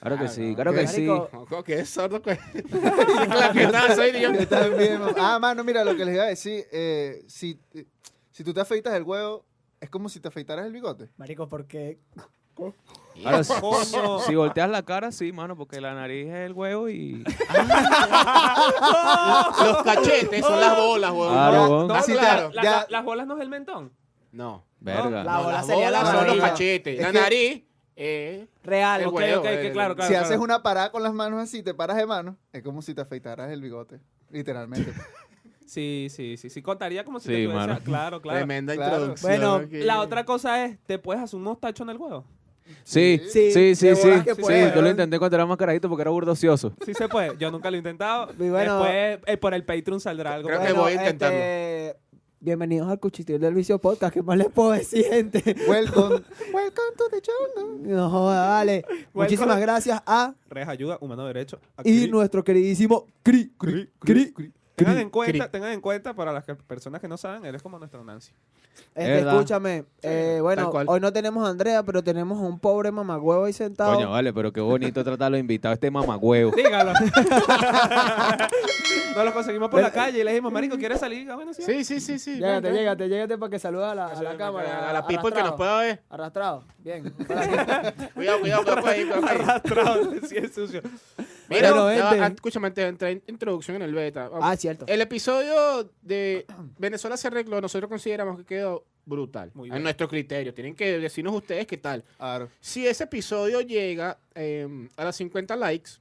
Claro que sí, claro que sí. Marico, Ojo, que es sordo. pues. Claquetazo, ahí, yo. Yo también, mamá. Ah, mano, mira, lo que les iba a decir, eh, si, si tú te afeitas el huevo, es como si te afeitaras el bigote. Marico, porque. Ahora, si, si volteas la cara, sí, mano, porque la nariz es el huevo y. Los cachetes son las bolas, weón. Claro, Ah, weón. no, Así sí, claro, la- ya. la- las bolas no es el mentón. No. Verga. La bola las sería la bolas son los nariz. cachetes. Es La que- nariz. Eh. Real. El ok, huevo, ok, ok, el- claro, claro. si haces una parada con las manos así, te paras de mano, es como si te afeitaras el bigote. Literalmente. Sí, sí, sí, sí. Contaría como si Sí, te tuviese- mano. Claro, claro. Tremenda Claro. introducción. Bueno, aquí. La otra cosa es, ¿te puedes hacer unos tachos en el huevo? Sí, Sí, sí, sí, de sí. Sí, bolas que puede, yo weón. lo intenté cuando era más carajito porque era burdo ocioso. Sí se puede. Yo nunca lo he intentado. Y bueno- Después, eh, por el Patreon saldrá algo. Creo que Bueno, voy a intentarlo. este, Bienvenidos al Cuchitril del Vicio Podcast. ¿Qué más les puedo decir, gente? welcome, welcome to the jungle. No joda, vale. Muchísimas gracias a Rejas ayuda, humano derecho. y Acri- nuestro queridísimo Cri, Cri, Cri. tengan, en cuenta, tengan en cuenta, para las que- personas que no saben, él es como nuestro Nancy. Este, verdad. escúchame, eh, bueno, tal cual. hoy no tenemos a Andrea, pero tenemos a un pobre mamagüevo ahí sentado. Coño, vale, pero qué bonito tratar a los invitados este mamagüevo. Dígalo. Nos lo conseguimos por la calle y le dijimos, marico, ¿quieres salir? Ah, bueno, sí. Sí, sí, sí, sí. llégate, ven, ven. llégate, llégate para que saluda a la, a la cámara. A la people que arrastrado. nos pueda ver. Arrastrado, bien. Cuidado, cuidado, cuidado. por ahí, cuidado por ahí. Arrastrado, sí es sucio. Mira, Bueno, ya va, vente. ah, escúchame, te entré introducción en el beta. Vamos. ah, cierto. El episodio de Venezuela se arregló, nosotros consideramos que quedó brutal. Muy a bien. nuestro criterio. Tienen que decirnos ustedes qué tal. Claro. Si ese episodio llega eh, a las 50 likes,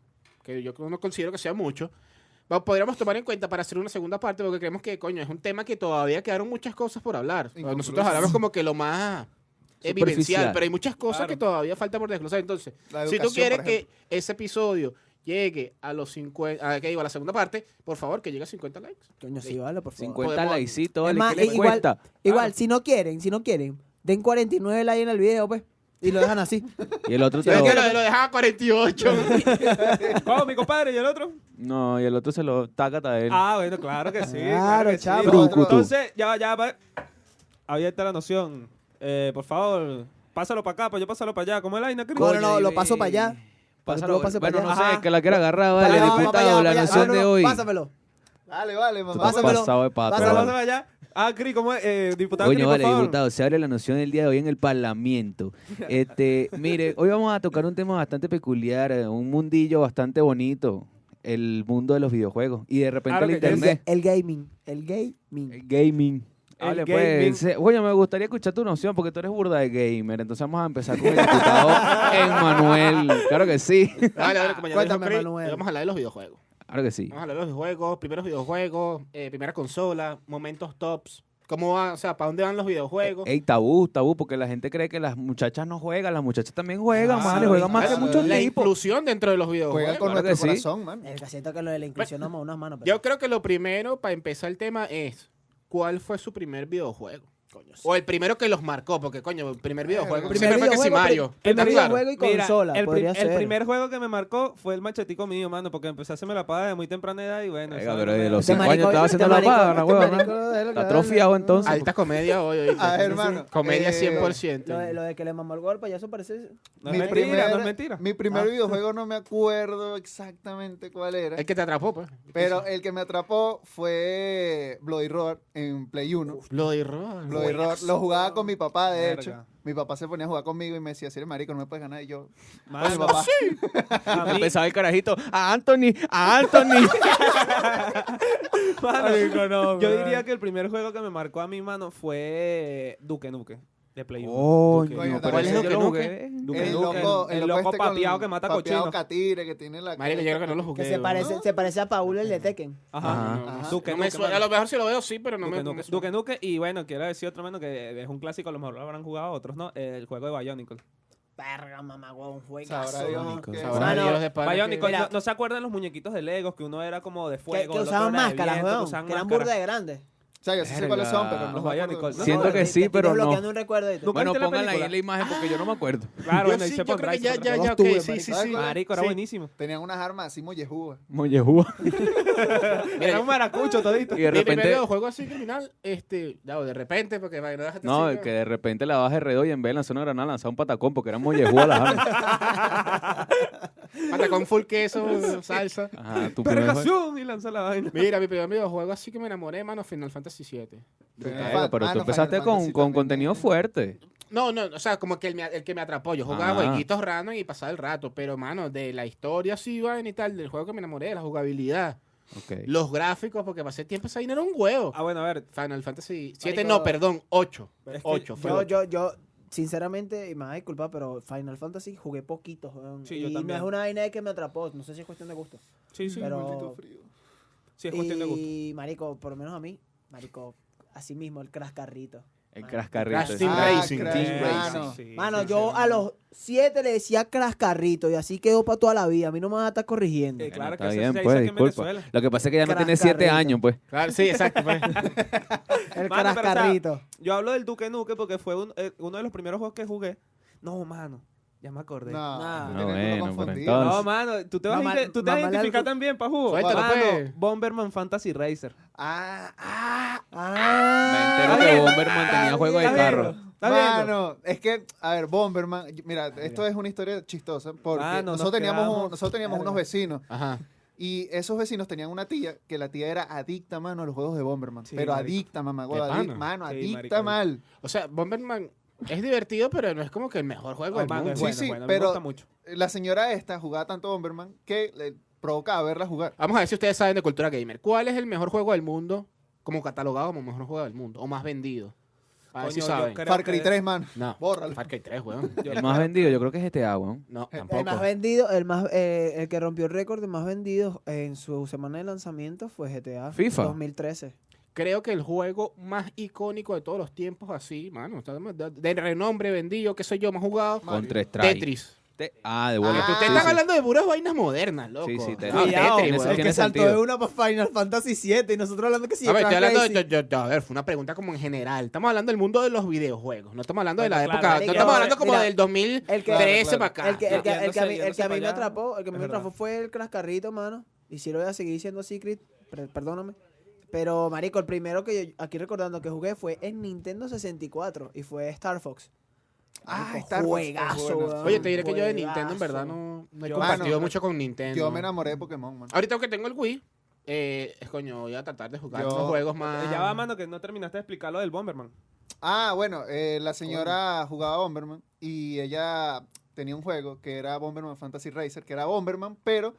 que yo no considero que sea mucho, va- podríamos tomar en cuenta para hacer una segunda parte porque creemos que, coño, es un tema que todavía quedaron muchas cosas por hablar. Inconclusas. Nosotros hablamos como que lo más eh, Superficial. vivencial, pero hay muchas cosas Claro. que todavía falta por desglosar. Entonces, La si tú educación, quieres por que ese episodio llegue a los 50, a, que digo, a la segunda parte, por favor, que llegue a 50 likes. Coño, sí, vale, por favor. 50 Podemos- likesitos, Es vale, más, ¿qué les igual, cuesta? igual, si no quieren, si no quieren, den 49 likes en el video, pues, y lo dejan así. Y el otro Yo te lo... es que lo, lo dejaba a 48. ¿Cómo, mi compadre? ¿Y el otro? No, y el otro se lo taca a él. Ah, bueno, claro que sí. Claro, que sí. chavo. Brucutu. Entonces, ya va, ya va. Abierta la noción. Eh, por favor, pásalo para acá, pues yo pásalo para allá. ¿Cómo es la vaina, Cris? No, no, Coño, no, lo y- paso para allá. para que tú Pásalo, lo pases bueno, para no allá. sé, Ajá. que la quiera agarrar, vale, Para allá, vamos, para diputado, allá, la para allá. noción No, no, de no, hoy. Pásamelo. Dale, vale, mamá. Pásame- pásamelo, Pasado de pato, pásalo, Pásalo vale. para allá. Ah, Cris, ¿cómo es? Eh, diputado Coño, Cris, vale, por favor. diputado, se abre la noción del día de hoy en el Parlamento. Este, mire, hoy vamos a tocar un tema bastante peculiar, eh, un mundillo bastante bonito, el mundo de los videojuegos y de repente Claro el que sí. internet, El gaming, el gaming. el gaming. El Vale, gaming. pues, eh, coño, me gustaría escuchar tu noción porque tú eres burda de gamer, entonces vamos a empezar con el diputado Emanuel. Claro que sí. Dale, dale, como ya dijo Cuéntame, Chris, Manuel. Vamos a hablar de los videojuegos. Claro que sí. Vamos a hablar de los videojuegos, primeros videojuegos, eh, primera consola, momentos tops. ¿Cómo va? O sea, ¿para dónde van los videojuegos? Ey, tabú, tabú, porque la gente cree que las muchachas no juegan, las muchachas también juegan, Ah, vale, sí, juegan más Claro, que muchos La tipos. inclusión dentro de los Juega videojuegos. con Claro que nuestro sí. corazón, man. El casito que lo de la inclusión nos unas manos. pero- Yo creo que lo primero para empezar el tema es ¿cuál fue su primer videojuego? Coño, sí. O el primero que los marcó, porque coño, el primer videojuego. Primer siempre fue que si videojuego, Mario. pri- primer ¿Estás claro? videojuego y Mira, consola, el, prim- podría el ser. primer juego que me marcó fue el machetico mío, mano, porque empecé a hacerme la paga de muy temprana edad y bueno. Venga, eso pero no me- de los Este cinco años marico- estaba este haciendo la marico- paga, este la hueva, marico- ¿no? déjalo que Está hable. atrofiado entonces. Alta comedia hoy, oíste. Ah, hermano. Comedia eh, 100%. Lo de, lo de que le mamó el golpe, ya eso parece. No es mentira, no es mentira. Mi primer videojuego no me acuerdo exactamente cuál era. El que te atrapó, pues. Pero el que me atrapó fue Bloody Roar en Play 1. Lo de Roar. Bloody Roar lo jugaba con mi papá, de Verga. hecho. Mi papá se ponía a jugar conmigo y me decía, si eres marico, no me puedes ganar. Y yo, Mano, "Coño, papá, a mí- Empezaba el carajito, a Anthony, a Anthony. Mano, Marico, no, yo man. diría que el primer juego que me marcó a mi mano fue Duque Nuque de Play 1. Oh. Coño, Coño, pero ¿cuál es ese lo yo que lo no? jugué. Duque el Nukem, loco, el loco este con- papeado que mata papeado cochinos. catire que tiene la... Marico, yo creo que no lo jugué. Que se ¿no? Ah, parece, se parece a Paul el de Tekken. Ajá. Ajá. Ajá. Duque No me Nukem, suena. mano. A lo mejor si lo veo, sí, pero no me Duque no Nuke, me suena. y bueno, quiero decir otro menos que es un clásico, a lo mejor lo habrán jugado otros, ¿no? El juego de Bionicle. Perra, mamá, huevón, un Sabrá juegazo. Dios marico, qué- Sabrá Mano, Dios Ah, de pana que- Bionicle, Mira. no, no se acuerdan los muñequitos de Legos que uno era como de Que, fuego? que el otro usaban era de máscaras, viento, que huevón. usaban Que eran máscaras. burda de Ah. grandes. O sea, yo sí sé cuáles son, pero Verga. no Los me Bionicle. acuerdo. No, Siento joder, que te- sí, te pero estoy no. bloqueando un recuerdo ahorita. No, Bueno, Cuéntale la pónganla ahí en la película. imagen porque yo no me acuerdo. Claro, Yo en el sí, Shepard yo creo que Rice, ya, por ya, ejemplo. ya, ok, tuve, sí, marico. sí, ¿Sabes sí. cuál es? Marico, era Sí. buenísimo. Tenían unas armas así mollejúas. Mollejúa. Mira, Era un maracucho todito. Y de Mi primer repente, videojuego así criminal, este, ya, o de repente, porque para que no dejaste no, así, que de repente la baja de redo y en vez de lanzar una granada lanzaba un patacón porque era mollejúa la arma. Patacón full queso, salsa. Ajá, tu primer juego. Pergación y lanza la vaina. Mira, mi primer videojuego así que me enamoré, mano, Final Fantasy VII. Verga, Ah, Fan- pero tú mano, empezaste Final con, Fantasy con también. contenido fuerte. No, no, o sea, como que el, me- el que me atrapó. Yo jugaba Ah. jueguitos random y pasaba el rato, pero, mano, de la historia así, vaina y tal, del juego que me enamoré, la jugabilidad, Ok. los gráficos, porque pasé tiempo esa vaina era un huevo. Ah, bueno, a ver. Final Fantasy VII, Marico. no, perdón, 8. Pero es que 8, fue Yo, el yo, yo, sinceramente, y me vas a disculpar, pero Final Fantasy jugué poquitos, weón. Sí, yo y también. no es una vaina de que me atrapó, no sé si es cuestión de gusto. Sí, sí. Pero- Maldito frío. Sí, es cuestión de gusto. Y, marico, por lo menos a mí, marico, así mismo, el crash carrito. El Mano. Crash Carrito. Crash ese. Team Ah, Racing, crack, Team mano. Racing, sí. Mano, yo a los siete le decía crash carrito y así quedó para toda la vida. A mí no me van a estar corrigiendo. Eh, claro Bueno, que está se- bien, se dice pues, que en disculpa. Venezuela. Lo que pasa es que ya me Crash tiene siete Carrito. años, pues. Claro, sí, exacto. pues. El crash Mano, pero, o sea, carrito. Yo hablo del Duque Nuque porque fue un- eh, uno de los primeros juegos que jugué. No, mano. Ya me acordé. No, No, No, tiene bueno, todo pero confundido. entonces- mano. Tú te vas, Mamá- a, inte- tú te vas a mamá le identificar algo- también, Pajú. Suéltalo, Mano, pues. Bomberman Fantasy Racer. Ah, ah, Me Ah, entero que bien. Bomberman tenía juego de ¿Estás carro. viendo? ¿Estás viendo? Ah, Mano, es que, a ver, Bomberman, yo- mira, esto es una historia chistosa, porque Mano, nos nosotros, teníamos un- quedamos- nosotros teníamos unos Verga. vecinos Ajá. y esos vecinos tenían una tía que la tía era adicta, mano, a los juegos de Bomberman. Sí, pero marico. adicta, mamá, De huevo, adi- pana. mano, Sí, adicta marico. mal. O sea, Bomberman es divertido, pero no es como que el mejor juego Ay, del Ah, mano, mundo. es Sí, bueno, sí, bueno, pero- me gusta mucho. La señora esta jugaba tanto Bomberman que le provocaba verla jugar. Vamos a ver si ustedes saben de cultura gamer. ¿Cuál es el mejor juego del mundo como catalogado como mejor juego del mundo o más vendido? A ver si Coño, yo saben. creo Far Cry que- 3, mano. No. Bórralo. Far Cry 3, weón. El más vendido, yo creo que es este weón. No, El más tampoco. vendido, el más eh, el que rompió el récord de más vendidos en su semana de lanzamiento fue GTA FIFA. 2013. Creo que el juego más icónico de todos los tiempos así, mano, está de- de, de renombre vendido, que soy yo más jugado. Contra Strike. Tetris. Te- Ah, de bola. Ah, Ustedes Sí, están sí. hablando de puras vainas modernas, loco. Sí, sí, Tetris. No, Cuidado, Tetris, en ese weón. el que tiene saltó sentido. de una para Final Fantasy VII y nosotros hablando que sí. A ver, Crash estoy hablando de, Racing. yo- yo- yo- a ver, fue una pregunta como en general. Estamos hablando del mundo de los videojuegos. No estamos hablando de la Bueno, claro, época. marico, no estamos hablando como mira, del 2013 el que- Claro, para acá. El que, el que- el que a mí, el que a mí Yéndose me para allá. atrapó, el que a mí Es me verdad. atrapó fue el crascarrito, mano. Y si lo voy a seguir diciendo así, Chris, per- perdóname. Pero, marico, el primero que yo aquí recordando que jugué fue en Nintendo 64 y fue Star Fox. Ah, Marico, Star Fox, juegazo, es bueno. weón. Oye, te diré que yo de Nintendo en Juegazo. verdad no, no he Yo- compartido Mano, mucho con Nintendo. Yo me enamoré de Pokémon, mano. Ahorita que tengo el Wii, eh, es coño, voy a tratar de jugar Yo- otros juegos más. Ah. Eh, Ya va, mano, que no terminaste de explicar lo del Bomberman. Ah, bueno, eh, la señora jugaba Bomberman y ella tenía un juego que era Bomberman Fantasy Racer, que era Bomberman, pero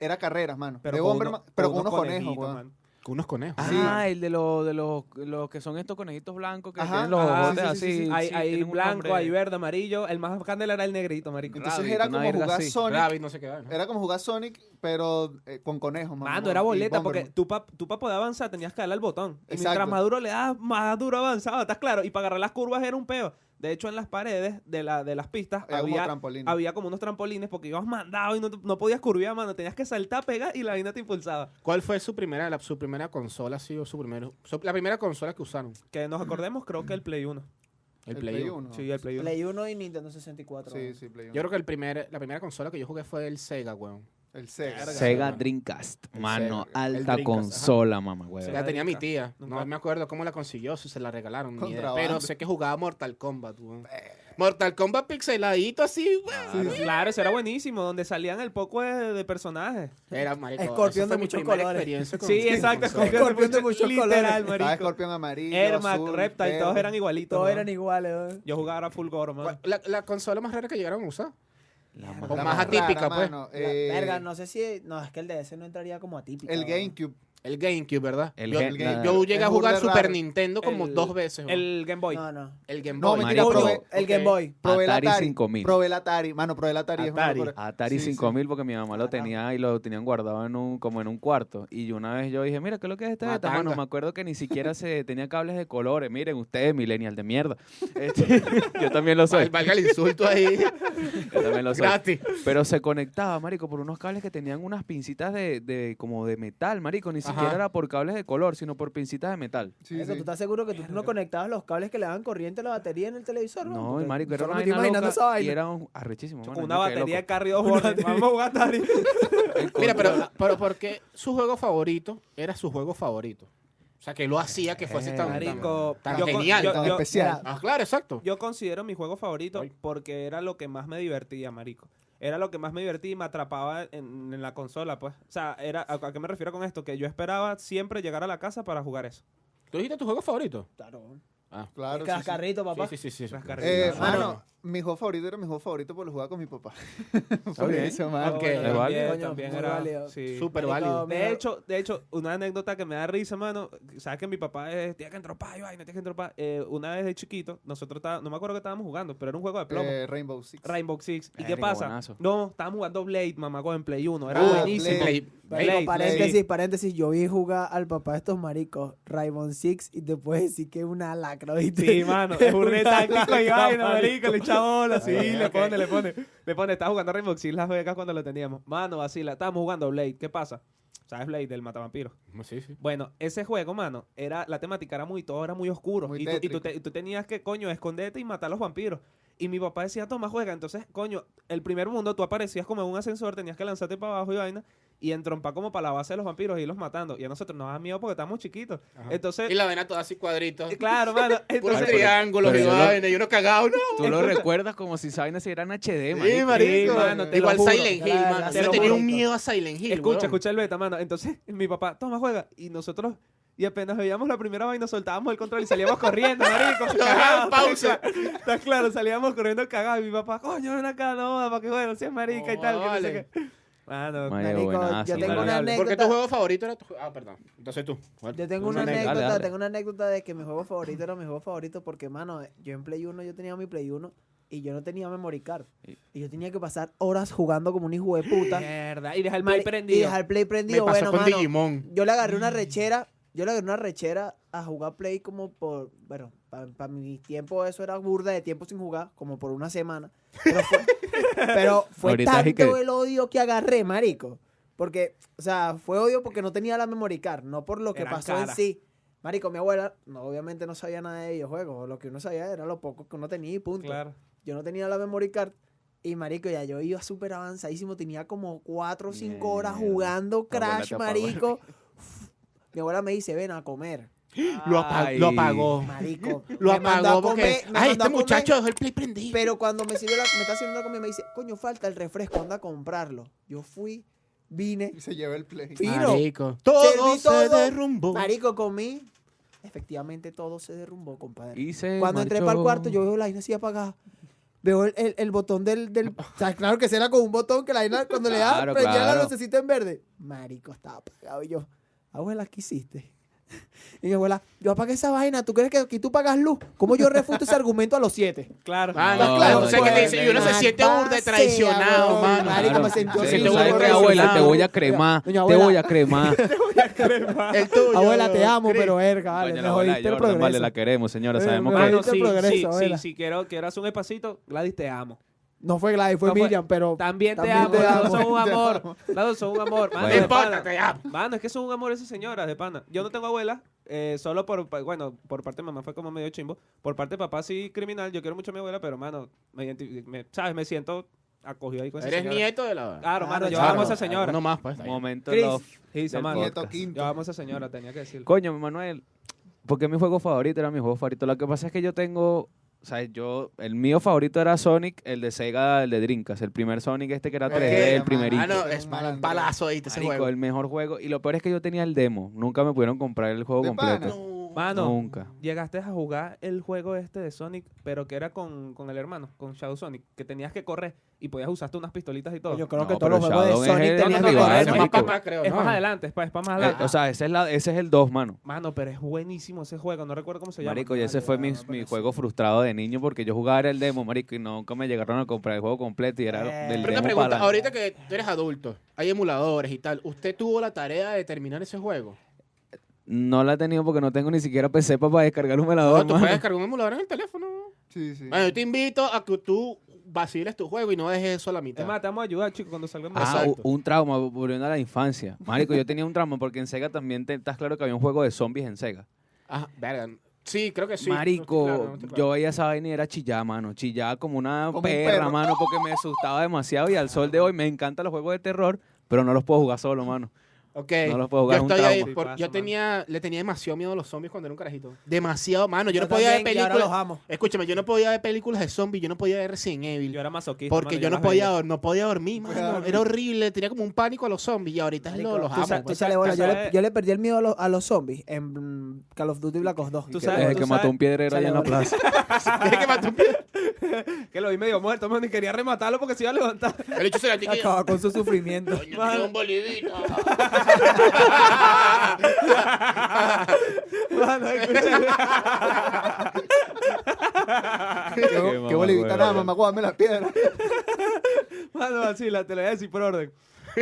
era carreras, mano. de con Bomberman, uno- pero con unos conejos, conejitos, weón. mano. Con unos conejos. Ah, Ah, el de los, de los, los que son estos conejitos blancos que Ajá. tienen los Ah, ojotes sí, sí, así. sí, sí. Hay, sí, hay tienen un blanco, nombre. hay verde, amarillo. El más candela era el negrito, marico. Entonces Rabbit, era una como verga jugar así. Sonic, Rabbit, no sé qué. ¿no? era como jugar Sonic, pero eh, con conejos, mano. Mano, era y boleta porque Bomberman. tú para poder avanzar tenías que darle al botón. Y Exacto. mientras más duro le das, más duro avanzaba, ¿estás claro? Y para agarrar las curvas era un peo. De hecho, en las paredes de, la, de las pistas Era como había, trampolín. había como unos trampolines porque ibas mandado y no, no podías curvear, mano. Tenías que saltar, pegar y la vaina te impulsaba. ¿Cuál fue su primera, la- su primera consola, sí, o su primero, su- la primera consola que usaron? Que nos acordemos, creo que el Play 1. El, Play, Uno. 1. Sí, el Play 1. Play 1 y Nintendo 64. Sí, weón. sí, Play 1. Yo creo que el primer, la primera consola que yo jugué fue el Sega, weón. El Sega. Sega Dreamcast. El Mano, Sega, el alta Dreamcast, consola, mamá, güey. Sega La tenía mi Dreamcast. tía. Nunca. No me acuerdo cómo la consiguió, si se la regalaron. ni idea. Contrabando. Pero sé que jugaba Mortal Kombat, weón. Mortal Kombat pixeladito así, weón. Claro, eso era buenísimo, donde salían el poco de, de personajes. Era marico. Escorpión esa fue de mi muchos primera colores. experiencia con- Sí, exacto. con consola. Escorpión de muchos Literal, colores. Estaba marico. Scorpion amarillo, Hermac, azul, Reptile, todos verde. eran igualitos. Todos ¿no? eran iguales, weón. Yo jugaba era full gore, man. La, la consola más rara que llegaron a usar. La La mamá. más atípica, rara, pues. mano, La- eh, Verga, no sé si. No, es que el DS no entraría como atípico. El weón. GameCube. El GameCube, ¿verdad? El yo, Game- yo la- llegué es a jugar burda Super raro. Nintendo como El- dos veces. weón. El Game Boy. No, no. El Game No, Boy. mentira, Marico. probé, El Ok. Game Boy. probé el Atari Atari. 5000. Probé el Atari. Mano, probé el Atari. es una Atari. locura. Atari Sí, sí. 5000 porque mi mamá lo Ah, tenía y lo tenían guardado en un, como en un cuarto. Y yo una vez yo dije, mira, ¿qué es lo que es esta beta? Matanga. Mano, me acuerdo que ni siquiera se tenía cables de colores. Miren, ustedes, millennials de mierda. Este, yo también lo soy. Val- Valga el insulto ahí. Yo también lo soy. Gratis. Pero se conectaba, marico, por unos cables que tenían unas pincitas de, de- como de metal, marico. Ni Ajá. siquiera era por cables de color, sino por pincitas de metal. Sí, Eso, sí. ¿tú estás seguro que tú no conectabas los cables que le daban corriente a la batería en el televisor? No, Porque y marico, era solo una me estoy vaina imaginando loca esa vaina. y era un arrechísimo. Con mano, una yo quedé batería de loco. carry dos Una bordes. batería. Vamos a jugar Atari. Mira, pero, pero ¿por qué su juego favorito era su juego favorito? O sea, que lo hacía que fuese Eh, tan, tan- Marico, tan yo con- genial. yo- Tan yo- especial. Mira, Ah, claro, exacto. Yo considero mi juego favorito Ay. porque era lo que más me divertía, marico. era lo que más me divertía y me atrapaba en, en la consola, pues. O sea, era, ¿a, a qué me refiero con esto? Que yo esperaba siempre llegar a la casa para jugar eso. ¿Tú dijiste tu juego favorito? Claro. Ah, Claro. sí, sí. Cascarrito, papá. Sí, sí, sí. sí. Rascar- Eh, Ah, mano, mi juego favorito era mi juego favorito porque lo jugaba con mi papá. Por bien. eso, mano. Ok, Es también, válido. también, Coño, era. válido. sí. Súper Marico, válido. me- De hecho, de hecho, una anécdota que me da risa, mano. Sabes que mi papá es, tienes que entropar, no tienes que entropar. Eh, una vez de chiquito, nosotros estábamos, no me acuerdo que estábamos jugando, pero era un juego de plomo. Eh, Rainbow Six. Rainbow Six. ¿Y qué Verga, pasa? buenazo. No, estábamos jugando Blade, mamá, en Play 1. Era Ah, buenísimo. Blade. Marico, Blade, paréntesis, Blade. paréntesis. Yo vi jugar al papá de estos maricos, Raymond Six, y te puedes decir que es una lacra, ¿oíste? Sí, mano, es un Una táctico y lacra, vaina, marico. marico, le echa bola, sí, Ay, le ok. pone, le pone, le pone, estaba jugando Rainbow Six Las Vegas cuando lo teníamos, mano, vacila, estábamos jugando Blade, ¿qué pasa? ¿Sabes Blade, del matavampiros? Sí, sí. Bueno, ese juego, mano, era la temática era muy todo era muy oscuro Muy y, tú, y tú tétrico. te- y tú tenías que coño esconderte y matar a los vampiros. Y mi papá decía, "Toma, juega." Entonces, coño, el primer mundo tú aparecías como en un ascensor, tenías que lanzarte para abajo y vaina y entrompar como para la base de los vampiros y irlos matando. Y a nosotros nos da miedo porque estábamos chiquitos. Ajá. Entonces, eh, Y la vena toda así cuadritos. claro, mano, Puros entonces Ay, pero- triángulos pero y yo lo- vaina. Y uno cagado, ¿no? Tú lo recuerdas como si esa vaina se en HD, Sí, marico. marico. Sí, mano, te Igual lo juro. Silent Hill, Claro, mano. te Yo lo tenía juro. un miedo a Silent Hill, Escucha, weón. escucha el beta, mano. Entonces, mi papá, toma, juega. Y nosotros, y apenas veíamos la primera vaina, soltábamos el control y salíamos corriendo, marico. cagados, pausa. está cla- Está claro, salíamos corriendo cagados. Y mi papá, coño, ven acá, no, para que bueno, si es marica y Oh, tal. que no sé vale. qué. Mano, Marico, Marico, buenazo, yo tengo marico. una Porque Dale, tu anécdota. juego favorito era tu juego. Ah, perdón. Entonces tú. ¿cuál? Yo tengo Una una anécdota. anécdota, Dale, dale. tengo una anécdota de que mi juego favorito era mi juego favorito porque, mano, yo en Play 1, yo tenía mi Play 1 y yo no tenía memory card. Sí. Y yo tenía que pasar horas jugando como un hijo de puta. mierda. Y deja el Mari- mal prendido. Y dejar Play Me prendido. pasó bueno, con mano, Digimon. yo le agarré una rechera, yo le agarré una rechera a jugar Play como por, bueno, para mi tiempo eso era burda de tiempo sin jugar, como por una semana. Pero fue, pero fue Ahorita tanto dije que- el odio que agarré, marico. Porque, o sea, fue odio porque no tenía la memory card, no por lo que Eran pasó en caras. sí. Marico, mi abuela, no, obviamente no sabía nada de videojuegos, lo que uno sabía era lo poco que uno tenía y punto. Claro. Yo no tenía la memory card. Y marico, ya yo iba súper avanzadísimo. Tenía como 4 o 5 horas Mierda. jugando Tu abuela Crash, te apagó. marico. Mi abuela me dice, ven a comer. Lo, apa- Ay. lo apagó. Marico. Lo me mandó a apagó porque. comer, me Ay, mandó este a comer, muchacho dejó el play prendido. Pero cuando me sirvió la, me está sirviendo la comida, me dice, coño, falta el refresco, anda a comprarlo. Yo fui, vine, Y se lleva el play. Fino. Marico. Serví Todo se todo. derrumbó. marico, comí. Efectivamente todo se derrumbó, compadre. Y se Cuando entré para el marchó. cuarto, yo veo la vaina así apagada. Veo el, el- el botón del, del- O sea, claro que será con un botón que la vaina, cuando le da, Claro, prendía la claro. lucecita en verde. Marico, estaba apagado. Y yo, abuela, ¿qué hiciste? Y mi abuela, yo apagué esa vaina. ¿Tú crees que aquí tú pagas luz? ¿Cómo yo refuto ese argumento a los siete? Claro. Ah, No, no, claro. no, o sea, que no, te dice, y uno se no. siente burda de traicionado, Maldita sea, mano. Marico, me sentí Sí, así, tú yo sabes me que, reí. abuela, te voy a cremar. Doña Te abuela. voy a cremar. El tuyo. Abuela, te amo, Chris. pero verga, vale, Coño, me la abuela jodiste el Jordan, progreso. Vale, la queremos, señora. Eh, Sabemos me que Mano, Ahorita sí, progreso, sí, abuela. sí, sí, quiero, quiero hacer un espacito. Gladys, te amo. No fue Gladys, fue No fue- Miriam, pero... También te También amo. te Las amo. dos son un Te amor. amo. Las dos son un amor. Mano, No de No importa, pana. te amo. Mano, es que son un amor esas señoras, de pana. Yo no tengo abuela, eh, solo por, pa- bueno, por parte de mamá fue como medio chimbo. Por parte de papá sí criminal, yo quiero mucho a mi abuela, pero mano, me, identi- me- ¿sabes? Me siento acogido ahí con esa Eres señora. nieto de la. Claro, mano, yo Claro. amo a esa señora. No más, pues. Momento Chris. love. Sí, del mano, podcast. Nieto quinto. yo amo a esa señora, tenía que decirlo. Coño, Manuel, porque mi juego favorito era mi juego favorito. Lo que pasa es que yo tengo, o sea, yo, el mío favorito era Sonic, el de Sega, el de Drinkas, el primer Sonic este que era 3D, el mano. primerito. Ah, no, es Un mano, un malandro. palazo ahí ese Marico, juego. el mejor juego. Y lo peor es que yo tenía el demo. Nunca me pudieron comprar el juego ¿De pana? completo. No. Mano, Nunca. llegaste a jugar el juego este de Sonic, pero que era con, con el hermano, con Shadow Sonic, que tenías que correr y podías usarte unas pistolitas y todo. Yo creo No, que todos pero los juegos de Shadow es Sonic el- tenían no, que no, no, correr, ese es marico. marico. más papá, creo. es ¿no? más adelante, es pa- es pa- más Eh, adelante. Ah, o sea, ese es, la, ese es el 2, mano. Mano, pero es buenísimo ese juego, no recuerdo cómo se llama. Marico, y ese Vale, fue vale, mi, vale, mi sí. juego frustrado de niño porque yo jugaba era el demo, marico, y nunca me llegaron a comprar el juego completo y era Eh. del Pero demo una para pregunta, adelante. ahorita que tú eres adulto, hay emuladores y tal, ¿usted tuvo la tarea de terminar ese juego? No la he tenido porque no tengo ni siquiera PC para descargar un No, velador, tú mano. puedes descargar un emulador en el teléfono. Sí, sí. Bueno, yo te invito a que tú vaciles tu juego y no dejes eso a la mitad. Es más, te vamos a ayudar, chicos, cuando salgamos. Ah, Exacto. u- un trauma, vol- volviendo a la infancia. Marico, yo tenía un trauma porque en Sega también te, estás claro que había un juego de zombies en Sega. Ah, verga. Sí, creo que sí. Marico, No estoy claro, no estoy claro. yo veía esa vaina y era chillada, mano. Chillada como una Como un perra, perro. mano, porque me asustaba demasiado y al sol de hoy me encantan los juegos de terror, pero no los puedo jugar solo, mano. Ok. No los puedo yo jugar, es un estoy ahí. trauma. Sí, por- pasa, yo mano. tenía, le tenía demasiado miedo a los zombies cuando era un carajito. Demasiado, mano. Yo, no podía también, ver y ahora los películas. amo. Escúchame, yo no podía ver películas de zombies, yo no podía ver Resident Evil. Yo era masoquista. porque mano, yo no las podía, veía. dor- no podía dormir, mano. podía dormir. Era horrible, tenía como un pánico a los zombies y ahorita es lo, Marico, los tú amo. sa- tú pues. sales bola, tú yo, le, sabes- yo le perdí el miedo a los, a los zombies en mm, Call of Duty Black Ops 2. Tú Es el sabes, que tú mató a un sabes piedrero allá en la Sale, plaza. Tienes que matar un pie. que lo vi medio muerto, mano, y quería rematarlo porque se iba a levantar. El hecho será que- Acaba con su sufrimiento. Coño, tenía un bolivito. Mano, escúchame. Qué Qué bolivita mamagüey, nada, weón. mamá, guárdame la piedra. Mano, así, la, te lo voy a decir por orden.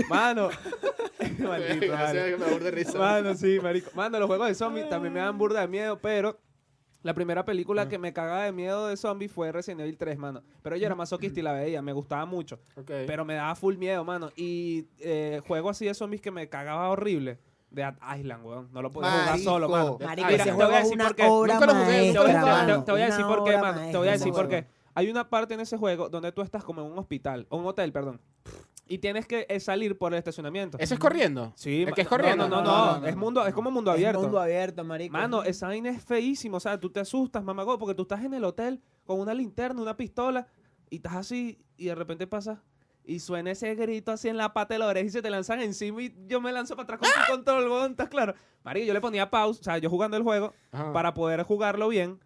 Mano. Maldito, Gracias, vale. que me aburre de risa. Mano, sí, marico. Mano, los juegos de zombies también me dan burda de miedo, pero la primera Ah. película que me cagaba de miedo de zombies fue Resident Evil 3, mano. Pero yo era masoquista y la veía, me gustaba mucho. Ok. Pero me daba full miedo, mano. Y eh, juego así de zombies que me cagaba horrible. De At Island, weón. No lo podía jugar Marico. solo, mano. Marico, Mira, te ese voy a juego es decir una por qué. obra Nunca lo jugué, Te voy, a- Nunca lo maestra, te- mano. te voy a una decir por qué, obra mano. Te maestra voy a ese decir por juego. qué. Hay una parte en ese juego donde tú estás como en un hospital, o un hotel, perdón. Y tienes que eh, salir por el estacionamiento. ¿Eso es corriendo? Sí, ¿El ma- que es corriendo? No, no, no, No, no, no, no, Es, no. mundo, es como mundo Es abierto. mundo abierto, marico. Mano, esa vaina es feísima. O sea, tú te asustas, mamagó, porque tú estás en el hotel con una linterna, una pistola, y estás así, y de repente pasas, y suena ese grito así en la pata de la oreja, y se te lanzan encima, y yo me lanzo para atrás con ¡Ah! tu control, weón, ¿estás claro? Marico, yo le ponía pausa, o sea, yo jugando el juego, Ajá. para poder jugarlo bien,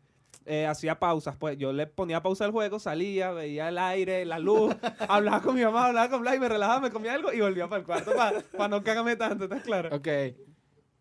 eh, hacía pausas. Pues yo le ponía pausa al juego, salía, veía el aire, la luz, hablaba con mi mamá, hablaba con Blay, me relajaba, me comía algo y volvía para el cuarto para no cagarme tanto, ¿estás claro? Ok.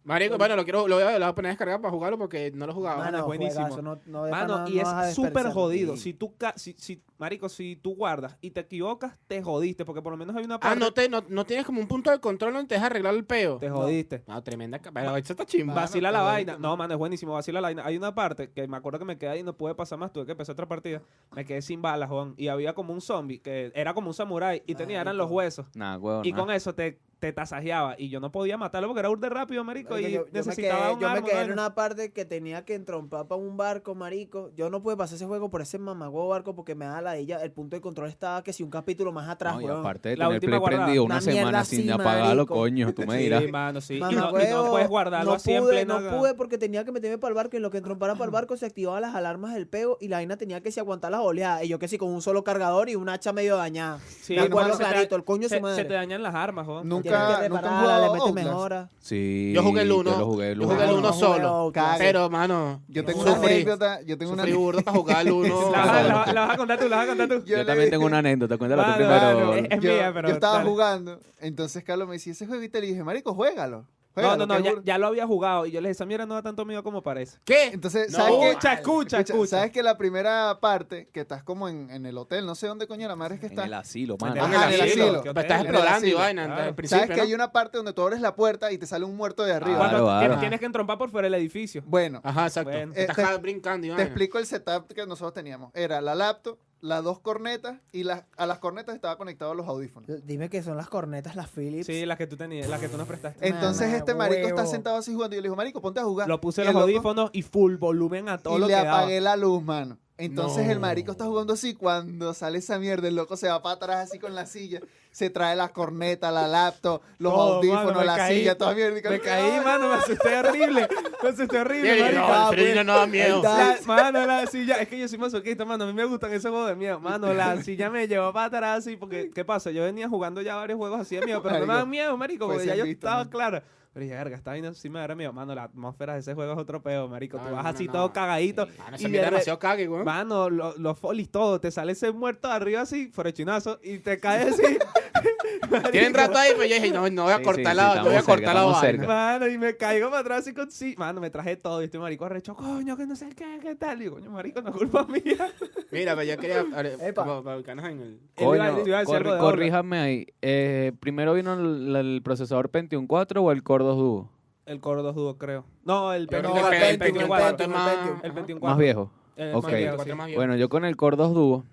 Marico, bueno, lo quiero, lo voy a, lo voy a poner a descargar para jugarlo porque no lo jugaba. Mano, ah, es buenísimo. juegazo, no- no deja Mano, nada- y no vas a es súper desperdiciar. jodido. Sí. Si tú, ca- si, si, marico, si tú guardas y te equivocas, te jodiste, porque por lo menos hay una ah, parte no, te, no, no tienes como un punto de control donde te dejas arreglar el peo. te jodiste. No, tremenda. ca- Pero eso está chimba. Mano, Vacila la está vaina. bonito. No, mano, es buenísimo. Vacila la vaina. Hay una parte que me acuerdo que me quedé ahí y no pude pasar más. Tuve que empezar otra partida. Me quedé sin balas, Juan. Y había como un zombie que era como un samurái y tenía, eran los huesos. Nah, huevón. Y nah. con eso te, te tasajeaba. Y yo no podía matarlo porque era urde rápido, marico. Marico, yo, Y yo me quedé, necesitaba un yo me arma, quedé en vaina. una parte que tenía que entrompar para un barco, marico. Yo no pude pasar ese juego por ese mamagüevo barco porque me da la de ella. El punto de control estaba que si un capítulo más atrás, No, y weón. aparte de La tener última play guardada. prendido Una una mierda semana así, sin apagarlo, marico. coño, tú me dirás. Sí, mano, sí. Y no- Y no, Mamagüevo, puedes guardarlo no así en pude, plena- No pude porque tenía que meterme para el barco y en lo que entrompara para el barco se activaban las alarmas del pego y la vaina tenía que si aguantar las oleadas. Y yo que sí, con un solo cargador y un hacha medio dañada. Sí, me acuerdo hermano, se te- clarito, el coño de se, su madre. se te dañan las armas, Juan. Nunca- Tienes que nunca han repararla, le jugado metes Outlast. mejora. Sí, Yo jugué el uno. Yo lo jugué el Yo uno. jugué el uno solo. Cague. Pero, mano, Yo tengo una sufrí. anécdota. Yo tengo una sufrí burda para jugar el uno. La, la- la- la vas a contar tú, la vas a contar tú. Yo le también vi- tengo una anécdota, cuéntala tú Mano, primero. mano, es- yo, mía, pero yo estaba dale. jugando. Entonces Carlos me decía, ese jueguito. Le dije, marico, juégalo. No, juégalo, que no, no, es ya, burda". ya lo había jugado. Y yo le dije, esa mierda no da tanto miedo como parece. ¿Qué? Entonces, No, ¿sabes qué? Escucha, escucha, escucha. ¿Sabes que la primera parte, que estás como en, en el hotel, no sé dónde coño la madre es que En estás? el asilo, En mano. Ajá, en el asilo. ¿Qué Pero estás hotel? explorando, explorando y asilo. vaina Claro. al principio, ¿Sabes que hay ¿no? una parte donde tú abres la puerta y te sale un muerto de arriba? Claro, Cuando claro. tien- tienes que entrompar por fuera de la edificio. Bueno, Ajá, exacto. Bueno. Estás Eh, te- ja- brincando y te vaina. explico el setup que nosotros teníamos. Era la laptop, las dos cornetas y las, a las cornetas estaba conectado los audífonos. Dime que son las cornetas, las Philips. Sí, las que tú tenías, las que tú nos prestaste. Entonces Mamá, este marico está huevo. sentado así jugando y yo le digo, marico, ponte a jugar. Lo puse Y los el loco- audífonos y full volumen a todo y lo que le daba. apagué la luz, mano. Entonces No. el marico está jugando así. Cuando sale esa mierda, el loco se va para atrás así con la silla. Se trae la corneta, la laptop, los Todo, audífonos, mano, me la caí. silla, toda mierda. Y Me como que, caí, "Ah". mano, me asusté horrible. Me asusté horrible, Bien, marico. Ah, no, Alfredino no da miedo. La, mano, la silla, es que yo soy masoquista, mano, a mí me gustan esos juegos de miedo. Mano, la silla me llevó para atrás así, porque, ¿qué pasa? Yo venía jugando ya varios juegos así de miedo, pero no me Marico, dan miedo, marico, pues porque se ya han yo visto, estaba ¿no? claro. Pero ya, verga, esta vaina sí me da miedo. Mano, la atmósfera de ese juego es otro peo, marico. No, Tú vas no, así no. todo cagadito. Mano, y se de me da re- demasiado cague, güey. Mano, lo- los folies todo, te sale ese muerto de arriba así, forechinazo, y te caes así. Tienen rato ahí, pero yo dije, no, no voy a Sí, cortar sí, la, sí, no voy a estamos cerca, cortar la estamos vaina. cerca. Mano, y me caigo para atrás y con sí. Mano, me traje todo y este marico arrecho, coño, que no sé qué, qué tal. Digo, coño, marico, no es culpa mía. Mira, pero yo quería... a ver, Epa. como para ubicarnos en el... Él iba- él iba a Coño, decir algo corri- de Orga. corríjame ahí. Eh, primero vino el, el procesador Pentium 4 o el Core 2 Duo, El Core 2 Duo, creo. No, el Pero Pentium el 4, el Pentium, Pentium el 4, Pentium, el más- Pentium. el 21 más viejo. El Ok. más viejo, sí. Cuatro más bien. Bueno, yo con el Core 2 Duo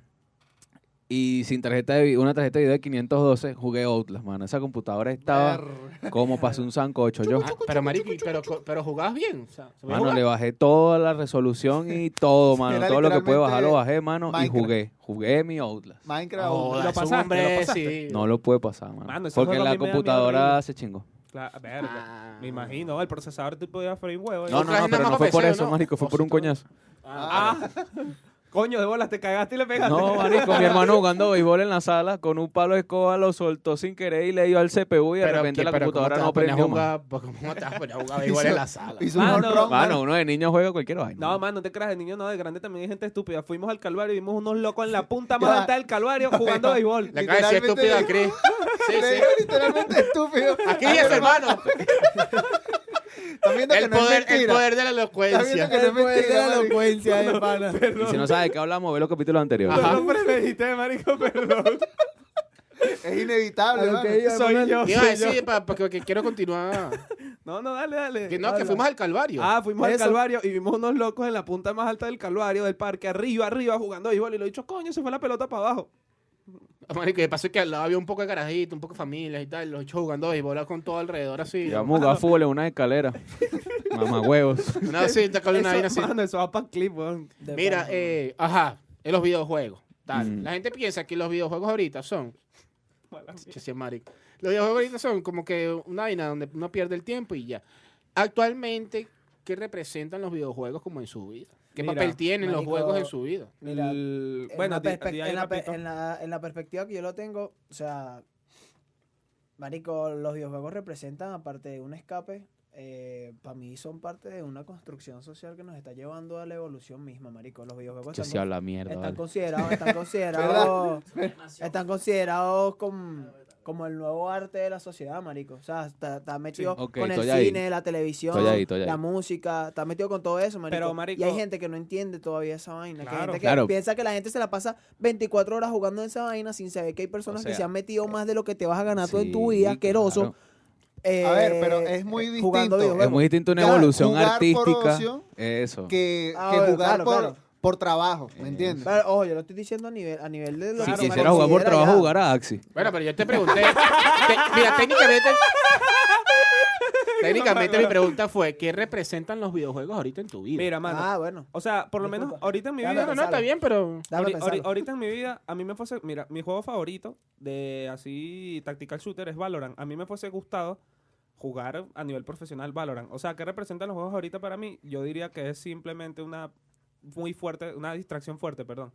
y sin tarjeta de vi- una tarjeta de video de 512 jugué Outlast, mano. Esa computadora estaba como pasó un sancocho yo. Ah, pero marico, y- pero, pero jugabas bien. O sea, ¿se podía Mano, jugar? le bajé toda la resolución y todo, mano. Era Todo lo que pude literalmente bajar lo bajé, mano, y Minecraft. jugué. Jugué mi Outlast. Minecraft. Joda, lo ese pasaste, hombre, lo pasaste. sí. No lo pude pasar, mano. Mano, ese porque juego a la mí me da miedo computadora horrible. se chingó. Claro, verga. Ah. Me imagino, el procesador te podía freír huevo. No, no, ¿eh? traje no, nada pero no más pa' fue por PC, eso, ¿no? marico, fue por un Osito. coñazo. Ah, Ah, coño, de bolas, te cagaste y le pegaste. No, marico, mi hermano jugando béisbol en la sala con un palo de escoba lo soltó sin querer y le dio al CPU y de repente que- la pero ¿cómo computadora te no vas a poner a aprendió más. jugar- pues, ¿Cómo te vas a poner a jugar béisbol en la sala? Hizo un Ah, home no. run, Mano, man. uno de niño juega cualquier vaina. No, man, no te creas, de niño no, de grande también hay gente estúpida. Fuimos al Calvario y vimos unos locos en la punta más Ya. alta del Calvario jugando béisbol. Le acabas de decir estúpida Literalmente- a Chris. Sí, Le sí. digo literalmente estúpido. Aquí es, hermano. Están viendo que El no es poder, el mentira. poder de la Están viendo que elocuencia. no El es poder de mentira, la marico. elocuencia eh. de pana. Y si no sabes de qué hablamos, ve los capítulos anteriores. Ajá. Perdón, premedité, marico, perdón. Es A inevitable, lo mano. que iba, Soy Manuel. yo. ¿Qué iba a decir? Pa- Porque porque quiero continuar. No, no, dale, dale. Que no, que fuimos al Calvario. Ah, fuimos al Eso. Calvario y vimos unos locos en la punta más alta del Calvario, del parque, arriba, arriba, jugando béisbol. Y lo dicho, coño, se fue la pelota para abajo. Marico, de paso es que al lado había un poco de carajito, un poco de familias y tal, los ocho jugando béisbol con todo alrededor así. Y vamos a jugar fútbol en una escalera. Mamá huevos. Una cita con una vaina eso, así. mano, eso va para clip, weón. De Mira, pana. eh, ajá, en los videojuegos. Tal. Mm. La gente piensa que los videojuegos ahorita son. Che, sí, marico. Los videojuegos ahorita son como que una vaina donde uno pierde el tiempo y ya. Actualmente, ¿qué representan los videojuegos como en su vida? ¿Qué Mira, papel tienen los marico, juegos en su vida? Mira, El- En Bueno, la di- perspe- di ahí en, la pe- rapidito. en la- en la perspectiva que yo lo tengo, o sea, Marico, los videojuegos representan, aparte de un escape, para mí son parte de una construcción social que nos está llevando a la evolución misma, Marico. Los videojuegos Se están, habla mierda. están vale. considerados, están considerados, están considerados com- como el nuevo arte de la sociedad, Marico. O sea, está, está metido Ok, con el estoy ahí. cine, la televisión, Estoy ahí, estoy ahí. la música, está metido con todo eso, Marico. Pero, marico- y hay gente que no entiende todavía esa vaina. que hay Claro. gente que Claro. piensa que la gente se la pasa 24 horas jugando en esa vaina sin saber que hay personas O sea, que se han metido más de lo que te vas a ganar tú en tu Sí, vida, asqueroso. claro. eh, A ver, pero es muy jugando distinto. videojuegos. Es muy distinto una Claro, evolución jugar por artística. ocio Eso. Que, Ah, que bueno, jugar claro, por, claro. por trabajo, ¿me Eh, entiendes? Pero, ojo, yo lo estoy diciendo a nivel, a nivel de lo Si Claro, se quisiera jugar por considera trabajo, ya. jugar a Axi. Bueno, pero yo te pregunté. te- mira, técnicamente. técnicamente mi pregunta fue: ¿qué representan los videojuegos ahorita en tu vida? Mira, mano. Ah, bueno. O sea, por lo menos Disculpa. ahorita en mi Ya, vida. no, no, no, está bien, pero. Dame Ahori- ahori- pensarlo. ahorita en mi vida, a mí me fuese. Mira, mi juego favorito de así tactical shooter es Valorant. A mí me fuese gustado jugar a nivel profesional Valorant. O sea, ¿qué representan los juegos ahorita para mí? Yo diría que es simplemente una muy fuerte, una distracción fuerte, perdón.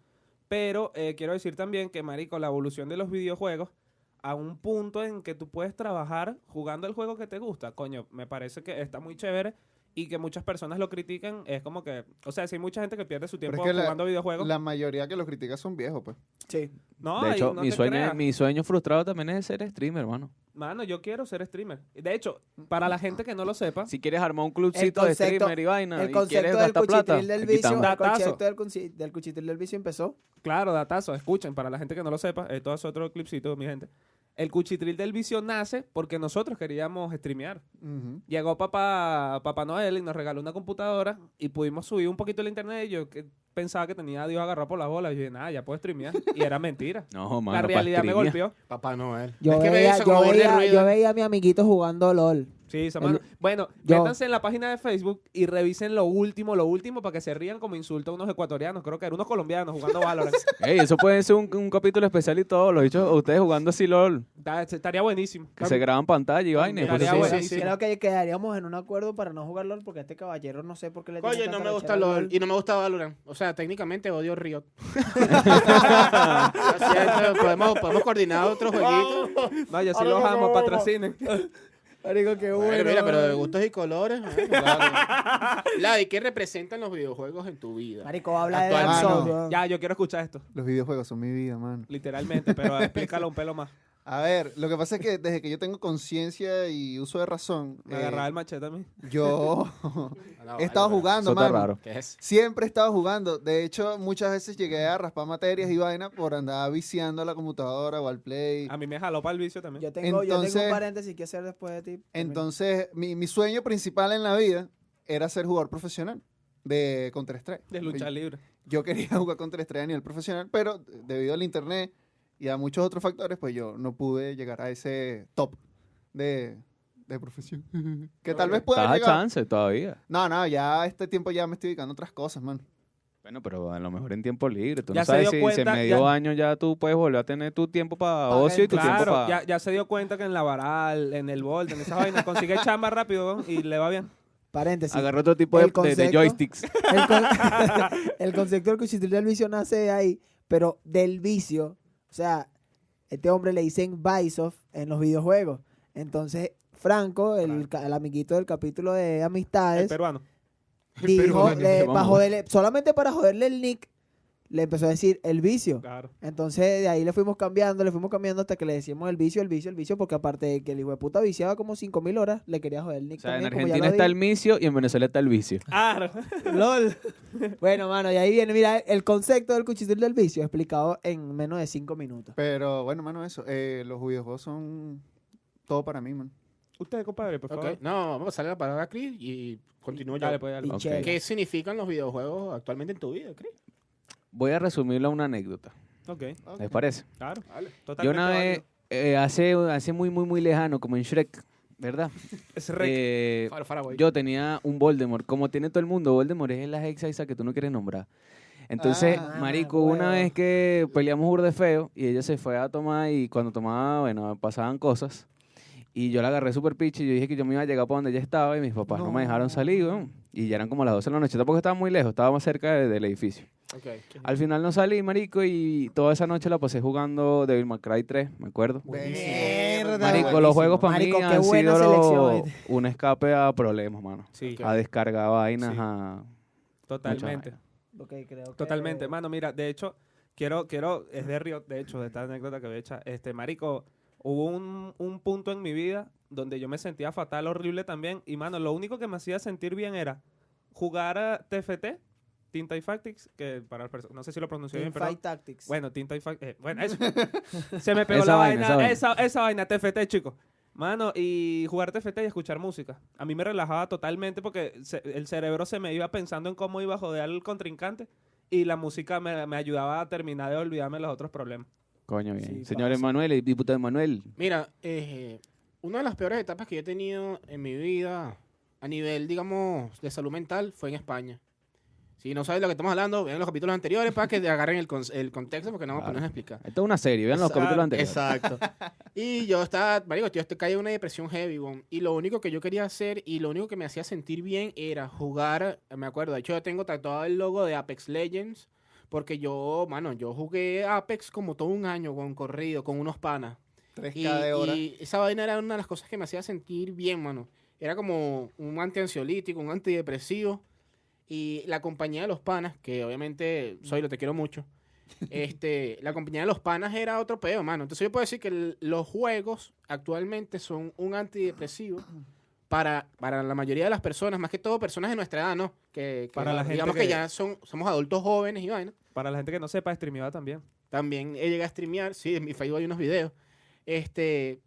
Pero eh, quiero decir también que, marico, la evolución de los videojuegos a un punto en que tú puedes trabajar jugando el juego que te gusta. Coño, me parece que está muy chévere y que muchas personas lo critiquen. Es como que, o sea, si hay mucha gente que pierde su Pero tiempo es que la- jugando videojuegos. La mayoría que los critica son viejos, pues. Sí. No, de y hecho, no mi, te sueño, creas. mi sueño frustrado también es ser streamer, hermano. Mano, yo quiero ser streamer. De hecho, para la gente que no lo sepa, Si quieres armar un clubcito concepto- de streamer y vaina, el y quieres concepto del gastar plata, cuchitril del aquí vicio, estamos. el Datazo. concepto del, conci- del cuchitril del vicio empezó. claro, datazo, escuchen, para la gente que no lo sepa, esto es otro clipcito, mi gente. El cuchitril del vicio nace porque nosotros queríamos streamear. Ujú. Llegó papá, papá Noel y nos regaló una computadora y pudimos subir un poquito el internet y yo que pensaba que tenía a Dios agarrado por la bola. Y yo dije, nada, ya puedo streamear. Y era mentira. No, mano, la pa' realidad me streamear. golpeó. Papá Noel. Yo, es que me veía, hizo yo, como de veía, ruido. yo veía a mi amiguito jugando LOL. Sí, esa mano. Bueno, yo- métanse en la página de Facebook y revisen lo último, lo último, para que se rían como insulto a unos ecuatorianos. Creo que eran unos colombianos jugando Valorant. Ey, eso puede ser un, un capítulo especial y todo. Los dicho ustedes jugando así LOL, Da- Estaría buenísimo. que se graban pantalla y vaina. y después Estaría se bueno. suben. Sí, sí. Creo que quedaríamos en un acuerdo para no jugar LOL porque a este caballero no sé por qué le tiene Oye, no tanta me gusta rechera al LOL y no me gusta Valorant. O sea, técnicamente odio Riot. Lo siento, podemos, podemos coordinar otros jueguitos. No, yo sí los amo, patrocinen. Marico, qué bueno. Bueno, mira, pero de weón. gustos y colores. bueno, claro. Vlad, ¿y qué representan los videojuegos en tu vida? Marico, habla de Actual- Dark Ah, Souls. no. weón. Ya, yo quiero escuchar esto. Los videojuegos son mi vida, mano. Literalmente, pero explícalo un pelo más. A ver, lo que pasa es que desde que yo tengo conciencia y uso de razón, Me Ah, eh, agarraba el machete a mí. yo No, he vale, estado Eso jugando, está mano. raro. ¿Qué es? Siempre he estado jugando. De hecho, muchas veces llegué a raspar materias y vaina por andar viciando a la computadora o al play. A mí me jaló para el vicio también. Yo tengo, yo tengo Entonces- un paréntesis que hacer después de ti. Entonces, mi, mi sueño principal en la vida era ser jugador profesional de Counter-Strike. De lucha libre. Yo quería jugar Counter-Strike a nivel profesional, pero debido al internet y a muchos otros factores, pues yo no pude llegar a ese top de, de profesión. que tal vez pueda Estás a llegar. chance todavía. No, no, ya a este tiempo ya me estoy dedicando a otras cosas, man. Bueno, pero a lo mejor en tiempo libre. Tú Ya no se sabes dio si, si cuenta, en medio ya- año ya tú puedes volver a tener tu tiempo para Pa' ocio y tu tiempo Claro, para... ya, ya se dio cuenta que en la varal, en el bolt, en esas vainas, consigue chamba rápido y le va bien. Paréntesis. Agarró otro tipo de, El de- de concepto- joysticks. El, con- el concepto del cuchitril del vicio nace de ahí, pero del vicio, o sea, este hombre le dicen Bysov en los videojuegos. Entonces, Franco, el, ca- el amiguito del capítulo de El Amistades, peruano. dijo, peruano, le- vamos. pa' joderle- solamente para joderle el nick, le empezó a decir el vicio. Claro. Entonces de ahí le fuimos cambiando, le fuimos cambiando hasta que le decíamos el vicio, el vicio, el vicio, porque aparte de que el hijo de puta viciaba como 5000 horas, le quería joder el O nick. sea, en también, como ya Argentina lo está el dije. vicio y en Venezuela está el vicio. Claro. Bueno, mano, y ahí viene, mira, el concepto del cuchitril del vicio explicado en menos de 5 minutos. Pero bueno, mano, eso. eh, los videojuegos son todo para mí, man. Usted, compadre, por Ok, favor. No, vamos a pasarle la palabra a Chris y continúo yo. Dale, pues, dale. Y Ok. chévere. ¿Qué significan los videojuegos actualmente en tu vida, Chris? Voy a resumirlo a una anécdota. Ok, ¿Les parece? claro. Vale. Yo Totalmente una vez, eh, hace, hace muy, muy, muy lejano, como en Shrek, ¿verdad? válido. Es rec. Eh, Far, far away. yo tenía un Voldemort. Como tiene todo el mundo, Voldemort es la hexa esa que tú no quieres nombrar. Entonces, Ah, marico, una huevo. vez que peleamos burde feo y ella se fue a tomar y cuando tomaba, bueno, pasaban cosas. Y yo la agarré súper piche y yo dije que yo me iba a llegar para donde ella estaba y mis papás no, me dejaron salir, weón. Y ya eran como las 12 de la noche, tampoco estaba muy lejos, estaba más cerca de- del edificio. Ok. Al final no salí, marico, y toda esa noche la pasé jugando Devil May Cry 3, me acuerdo. Mierda, Marico, buenísimo. los juegos para mí Marico, qué han buena sido lo- selección, ¿viste? un escape a problemas, mano. Sí, Ok. A descargar vainas, Sí. a... totalmente. Ok, creo que- Totalmente. Mano, mira, de hecho, quiero, quiero, es de Río, de hecho, de esta anécdota que voy a echar. Este, marico, hubo un, un punto en mi vida donde yo me sentía fatal, horrible también. Y, mano, lo único que me hacía sentir bien era jugar a TFT, Tinta y Factics, que para el perso- no sé si lo pronuncié bien, Team pero... Fight Tactics. Bueno, Tinta y Fact- eh, bueno, eso. Se me pegó Esa la vaina, vaina, esa vaina. esa, esa vaina, TFT, chicos. Mano, y jugar TFT y escuchar música. A mí me relajaba totalmente porque se- el cerebro se me iba pensando en cómo iba a joder al contrincante y la música me, me ayudaba a terminar de olvidarme los otros problemas. Coño, bien. Sí, Señor pasa. Emanuel, el diputado Emanuel, Mira, eh, una de las peores etapas que yo he tenido en mi vida a nivel, digamos, de salud mental fue en España. Si no sabes de lo que estamos hablando, vean los capítulos anteriores para que te agarren el, cons- el contexto porque no vamos a Claro. ponernos a explicar. esto es una serie, vean los Exacto, capítulos anteriores. Exacto. Y yo estaba, marico, yo estoy caí en una depresión heavy, bon, y lo único que yo quería hacer y lo único que me hacía sentir bien era jugar, me acuerdo, de hecho yo tengo tatuado el logo de Apex Legends, porque yo, mano, yo jugué Apex como todo un año, con corrido, con unos panas. 3K de hora. y esa vaina era una de las cosas que me hacía sentir bien, mano. Era como un antiansiolítico, un antidepresivo. Y la compañía de los panas, que obviamente soy lo te quiero mucho. Este, la compañía de los panas era otro peo, mano. Entonces yo puedo decir que el- los juegos actualmente son un antidepresivo para, para la mayoría de las personas, más que todo personas de nuestra edad, ¿no? Que, que Para la gente digamos que, que- ya son, somos adultos jóvenes y vaina. Para la gente que no sepa, streameaba también. También eh, llegué a streamear, sí, en mi Facebook hay unos videos. Este,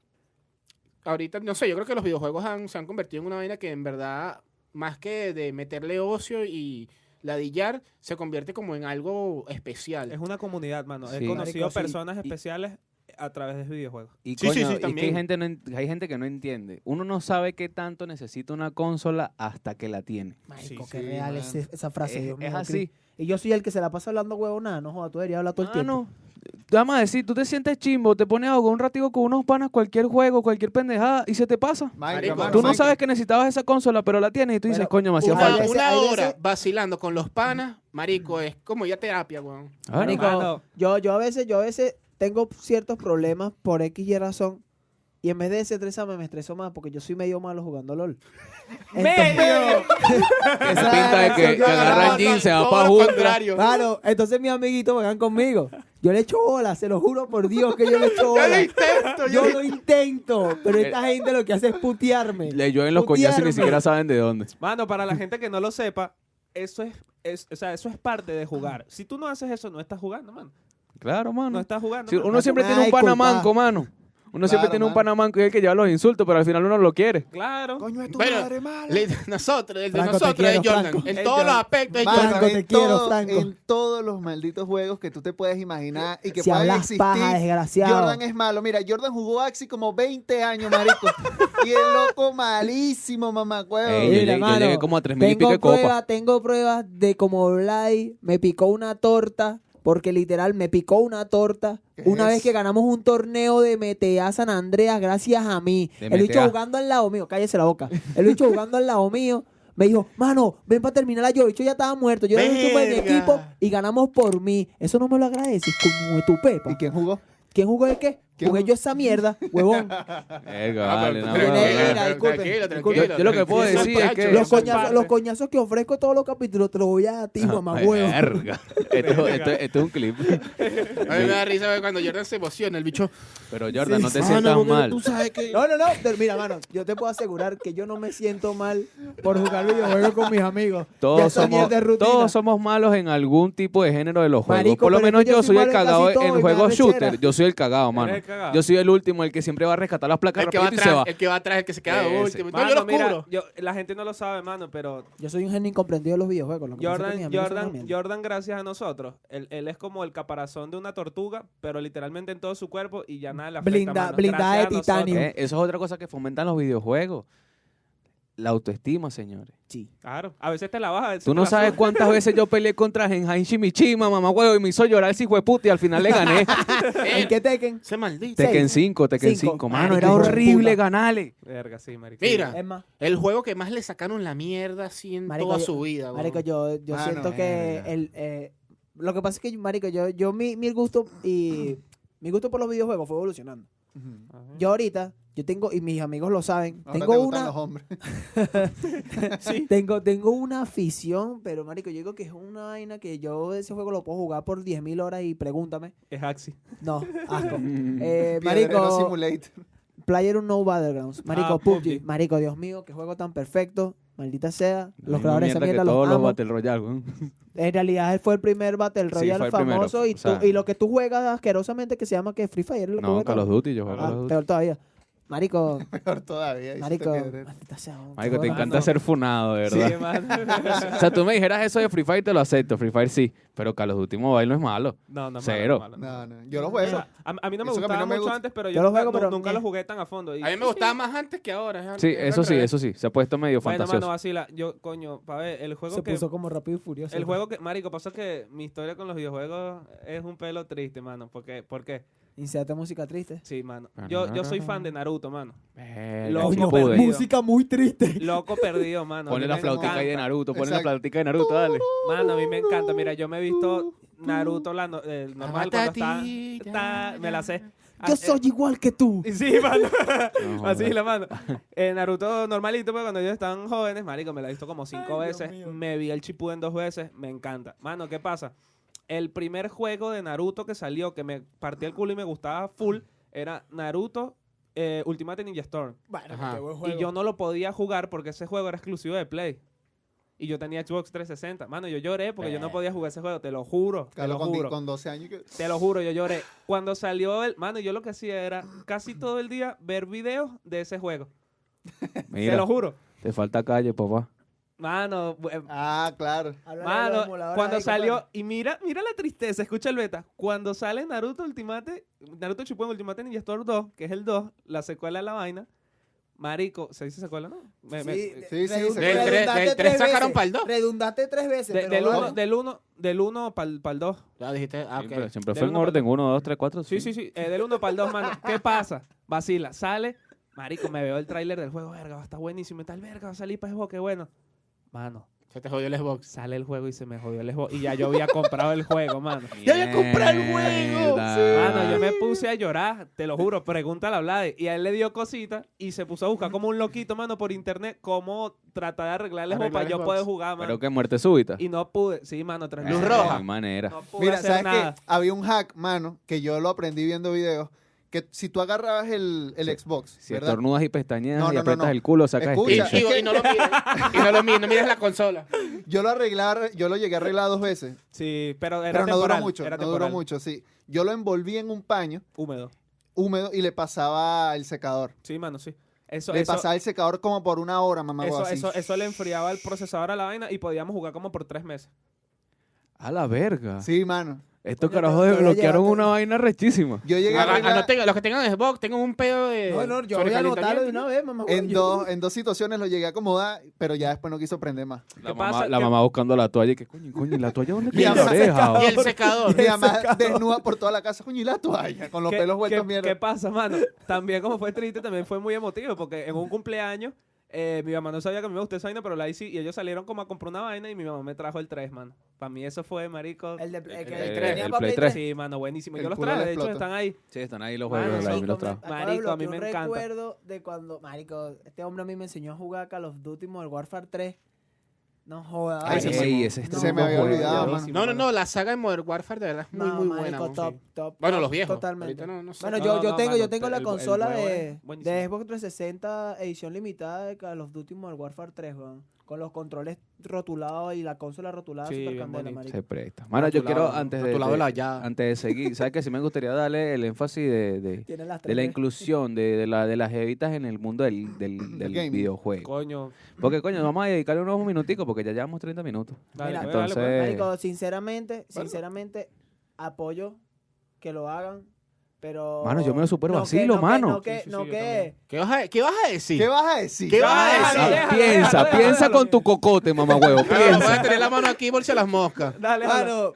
ahorita, no sé, yo creo que los videojuegos han- se han convertido en una vaina que en verdad, más que de meterle ocio y ladillar, se convierte como en algo especial. Es una comunidad, mano. He Sí. conocido Marico, sí. personas Y- especiales a través de videojuegos. Y Sí, sí, coño, sí, y que hay también. gente, no en- hay gente que no entiende. Uno no sabe qué tanto necesita una consola hasta que la tiene. Marico, Sí, qué sí, real man. es esa frase. es Dios mío, es así. Ah, Cristo. Y yo soy el que se la pasa hablando huevonada, no joda, tú deberías hablar todo el tiempo. Mano, vamos a decir, tú te sientes chimbo, te pones a jugar un ratico con unos panas, cualquier juego, cualquier pendejada, y se te pasa. Marico, Marico, mano, Tú no marico. sabes que necesitabas esa consola, pero la tienes y tú dices, Bueno, coño, me hacía Una, falta. veces- una hay hora veces- vacilando con los panas, marico, es como ya terapia, weón. Claro. Marico, Mano, Yo, yo a veces, yo a veces tengo ciertos problemas por X y razón. Y en vez de estresarme, me estreso más porque yo soy medio malo jugando LOL. Entonces- ¡Medio! Esa pinta de que, que agarra el jean, se va Todo para lo jugar. contrario. Claro, entonces mis amiguitos juegan conmigo. Yo le echo bola, se lo juro por Dios que yo le echo Yo lo bola. intento, yo Yo lo Eh, lo intento, pero esta gente lo que hace es putearme. Le llueven los coñazos y ni Putearme. siquiera saben de dónde. Mano, para la gente que no lo sepa, eso es, es- o sea, eso es parte de jugar. Si tú no haces eso, no estás jugando, mano. Claro, No mano. estás jugando. Si mano. uno siempre Ay, tiene un pana compa. manco, mano. Uno siempre Claro, tiene un mano. panamanco que es el que lleva los insultos, pero al final uno lo quiere. Claro. Coño, es tu Bueno, madre mala. Le- nosotros, el de Franco, te nosotros es quiero, Jordan. Franco. En Es todos los Jordan. aspectos es Mano, Jordan. Franco, te en quiero, todo- Franco. En todos los malditos juegos que tú te puedes imaginar y que Si puedan hablas existir. paja, desgraciado. Jordan es malo. Mira, Jordan jugó Axi como 20 años, marico. y el loco malísimo, mamá. Ey, yo, Mira, llegué, yo mano, llegué como a tres mil y pico Tengo de copas. pruebas, tengo pruebas de como Blay me picó una torta, porque literal me picó una torta. ¿Qué Una es? vez que ganamos un torneo de MTA San Andreas, gracias a mí. De el bicho MTA. jugando al lado mío, cállese la boca. El bicho jugando al lado mío. Me dijo, mano, ven para terminar la yo. El bicho ya estaba muerto. Yo era el último de mi Verga. equipo y ganamos por mí. Eso no me lo agradeces, como de tu pepa. ¿Y quién jugó? ¿Quién jugó de qué? ¿Quién Jugué jugó? yo esa mierda, huevón. Verga, Ah, vale, pero no, tranquilo, vale, vale. mira, disculpen, tranquilo, disculpen. tranquilo, Yo lo que puedo tranquilo. decir es que- Los Eso es coñazos, parte. los coñazos que ofrezco todos los capítulos te los voy a dar a Ah, ti, mamá Ay, huevo. verga. Esto, esto- esto es un clip. A mí me da risa güey, cuando Jordan se emociona, el bicho. Pero Jordan, no te "Mano, sientas porque mal. Tú sabes que. No, no, no. Pero Mira, mano, yo te puedo asegurar que yo no me siento mal por jugar videojuegos con mis amigos. Ya Todos esa somos, mierda es rutina. todos somos malos en algún tipo de género de los juegos. Marico, Por lo pero menos es que yo, yo soy soy el malo en cagado casi todo y en me da juegos rechera. shooter. Yo soy el cagado, mano. el cagado. Yo soy el último, el que siempre va a rescatar las placas El que va rapidito y se va. atrás, el que va atrás, el que se queda Ese. último. No, Mano, yo lo mira, cubro. yo- la gente no lo sabe, mano, pero Yo soy un genio incomprendido de los videojuegos. lo que pasa es que mis Jordan, amigos son una Jordan, mierda. Jordan, gracias a nosotros, él, él es como el caparazón de una tortuga, pero literalmente en todo su cuerpo y ya nada le afecta, Blinda- mano. blindada Gracias de a nosotros. titanio. Eh, Eso es otra cosa que fomentan los videojuegos. La autoestima, señores. Sí. Claro, a veces te la baja. a veces Tú te no la sabes sube. cuántas veces yo peleé contra Genjain Shimichima, mamá huevo, y me hizo llorar ese hijo de puta y al final le gané. Eh, ¿En qué Tekken? Ese maldito. Tekken Seis. 5, Tekken Cinco. 5, mano, era Marico, hijo de horrible puta. ganarle. Verga, sí, marico. Mira. Es más, El juego que más le sacaron la mierda así en Marico, toda yo- su vida, güey. marico, yo, yo Mano, siento que verga. el, eh, lo que pasa es que, marico, yo, yo mi, mi gusto y mi gusto por los videojuegos fue evolucionando. Ajá. Yo ahorita, yo tengo, y mis amigos lo saben, Ahora tengo te gustan una, eh, los hombres. Tengo, tengo una afición, pero marico, yo digo que es una vaina que yo ese juego lo puedo jugar por 10.000 horas y pregúntame. Es Axi. No, asco. Eh, Piedrero marico, Simulator. Player No Battlegrounds. Marico, Ah, PUBG. PUBG. Marico, Dios mío, qué juego tan perfecto. Maldita sea. La misma Los creadores de esa mierda que mierda los todos los amo. Battle Royale, weón. En realidad él fue el primer Battle Royale fue el primero, famoso y, o sea. tú- y lo que tú juegas asquerosamente que se llama que Free Fire. Lo que No, juega Call of todo. Duty, yo juego Ah, Call of Ah, Duty. peor todavía. Marico, Peor todavía. hiciste marico, piedrero. maldita sea. qué este Marico, te juego tan encanta no. ser funado, de verdad. Sí, mano. O sea, tú me dijeras eso de Free Fire, te lo acepto. Free Fire sí, pero Call of Duty Mobile no es malo. No, no, malo, Cero. malo. No, no. Yo lo Mira, juego. a, a mí no me Eso que a mí gustaba no me mucho gusta. antes, pero yo, Yo lo nunca, juego, pero- nunca lo eh. jugué tan a fondo. Y- A mí me gustaba más antes que ahora. Sí, es eso al sí, revés. eso sí. Se ha puesto medio Bueno, mano, fantasioso. vacila. Yo, coño, pa' ver, el juego Se que... puso como rápido y furioso. El juego que, marico, pasa que mi historia con los videojuegos es un pelo triste, mano. Porque, porque, Inserta música triste. sí, mano. Yo, yo soy fan de Naruto, mano. Verga, Loco, sí pude. perdido. perdido. música muy triste. Loco perdido, mano. A Ponle mí la me flautica ahí de encanta. Naruto, ponle la Exacto. flautica de Naruto, dale. Mano, a mí me encanta. Mira, yo me he visto Naruto la no- el normal cuando está, está- me la sé. Ah, Yo eh, soy igual que tú. Sí, mano. No, Así joder. la mano. Eh, Naruto normalito, pero cuando ellos estaban jóvenes, marico, me la he visto como cinco veces. Me vi el Chipuden dos veces. Me encanta. Mano, ¿qué pasa? El primer juego de Naruto que salió, que me partía el culo y me gustaba full, era Naruto eh, Ultimate Ninja Storm. Ajá. Y yo no lo podía jugar porque ese juego era exclusivo de Play. Y yo tenía Xbox 360. Mano, yo lloré porque yo no podía jugar ese juego, te lo juro. Te Claro, lo con, di- juro. con 12 años. que- Te lo juro, yo lloré. Cuando salió el. Mano, yo lo que hacía era casi todo el día ver videos de ese juego. Te Mira, lo juro. te falta calle, papá. Mano, eh, Ah, claro. mano, cuando salió. Y mira, mira la tristeza, escucha el beta. Cuando sale Naruto Ultimate, Naruto Shippuden Ultimate Ninja Storm 2, que es el 2, la secuela de la vaina. Marico, ¿se dice secuela, no? Me- me- Sí, Sí, sí, redu- se- Del tres- redundaste del tres tres sacaron veces. pa'l dos. Redundaste tres veces. de- pero del vale. 1 del uno, del uno para el 2. Ya dijiste, ah, Siempre, ok. siempre Del fue en uno para orden, 1, 2, 3, 4. Sí, sí, sí. eh, del 1 para el 2, mano. ¿Qué pasa? Vacila, sale. Marico, me veo el tráiler del juego. Verga, va a estar buenísimo. Está el verga, va a salir para Xbox. Qué bueno. Mano, Se te jodió el Xbox. sale el juego y se me jodió el Xbox. Y ya yo había comprado el juego, mano. ¡Ya había comprado el juego! Ah. Mano, yo Ah, me puse a llorar, te lo juro. Pregúntale a Vlade. Y a él le dio cosita y se puso a buscar como un loquito, mano, por internet, cómo tratar de arreglar el Xbox Arreglar para el yo Xbox. poder jugar, mano. Pero que muerte súbita. Y no pude. Sí, mano, tras Eh, Luz No roja. hay manera. No pude Mira, hacer ¿sabes nada. qué? Había un hack, mano, que yo lo aprendí viendo videos. Que si tú agarrabas el, el Sí. Xbox, Si ¿verdad? estornudas y pestañeas No, no, y no, aprietas no. el culo, sacas Y, Escucha. screenshot. y- y no lo mires. Y no lo mires, no mires la consola. Yo lo arreglar, yo lo llegué a arreglar dos veces. Sí, pero era Pero no temporal. duró mucho, era no temporal. duró mucho, sí. Yo lo envolví en un paño Húmedo. húmedo y le pasaba el secador. Sí, mano, sí. Eso, le eso, pasaba el secador como por una hora, mamá. eso, así. eso- eso le enfriaba el procesador a la vaina y podíamos jugar como por tres meses. A la verga. Sí, mano. Estos Coño, carajos te- te lo desbloquearon llevaste. una vaina rechísima. Yo llegué a Aga- arreglar- anoten- los que tengan Xbox, tengan un pedo de. No, no, yo voy a anotarlo de sobrecalentamiento. una vez, mamá. en, huevo. dos, en dos situaciones lo llegué a acomodar, pero ya después no quiso prender más. La, ¿Qué mamá, pasa? la ¿Qué- mamá buscando la toalla y que coño, coño, ¿y la toalla dónde Y queda la además oreja? Y el secador. Y además desnuda por toda la casa, coño, y la toalla, con los ¿Qué- pelos vueltos qué- mierda. ¿Qué pasa, mano? También como fue triste, también fue muy emotivo, porque en un cumpleaños, eh, mi mamá no sabía que a mí me gustaba esa vaina, pero la hice y ellos salieron como a comprar una vaina y mi mamá me trajo el 3, mano. Para mí eso fue, marico. El de el que El- tenía el- para el Play tres. Sí, mano, buenísimo. El Yo los culo traje, le de hecho explotó. están ahí. Sí, están ahí los Mano, Ah, juegos. sí, la- y los come- trajo. Acabo de Marico, a mí me bloquear encanta. un recuerdo de cuando, marico, este hombre a mí me enseñó a jugar Call of Duty Modern Warfare 3. No jodas. Ay, marico. ese Ey, ese No, es se me había tremendo olvidado, juego. mano. No, no, no, la saga de Modern Warfare de verdad es muy, No, muy marico, buena. mon, top, sí. top, Bueno, top, los viejos. Totalmente. Ahorita no- no sé. Bueno, No, yo, no, yo no, tengo, mano, yo tengo el- la el consola huevo de, es buenísimo. de Xbox 360 edición limitada de Call of Duty Modern Warfare 3, weón. Con los controles rotulados y la consola rotulada Sí, super bien candela, bonito. marico. Se presta. Mano, yo quiero, antes de, A tu lado de- la llave. antes de seguir, ¿sabes que Sí me gustaría darle el énfasis de, de- Tiene de las tres. la D. inclusión, de, de la, de las evitas en el mundo del, del, del gaming. videojuego. Coño. Porque, coño, vamos a dedicarle unos minuticos porque ya llevamos 30 minutos. Dale, Mira, pues, dale, pues. entonces- Marico, sinceramente, sinceramente, apoyo que lo hagan, pero... Mano, yo me lo super no que- vacilo, no que- mano. no que, Sí, sí, sí, no yo que... también. ¿Qué vas a, qué vas a decir? ¿Qué vas a decir? ¿Qué vas a Déjalo, decir? Ah, déjalo, piensa, déjalo, piensa déjalo. con tu cocote, mamá huevo, Claro, vas Ah, a piensa. tener la mano aquí por si a las moscas. Dale, dale. Mano,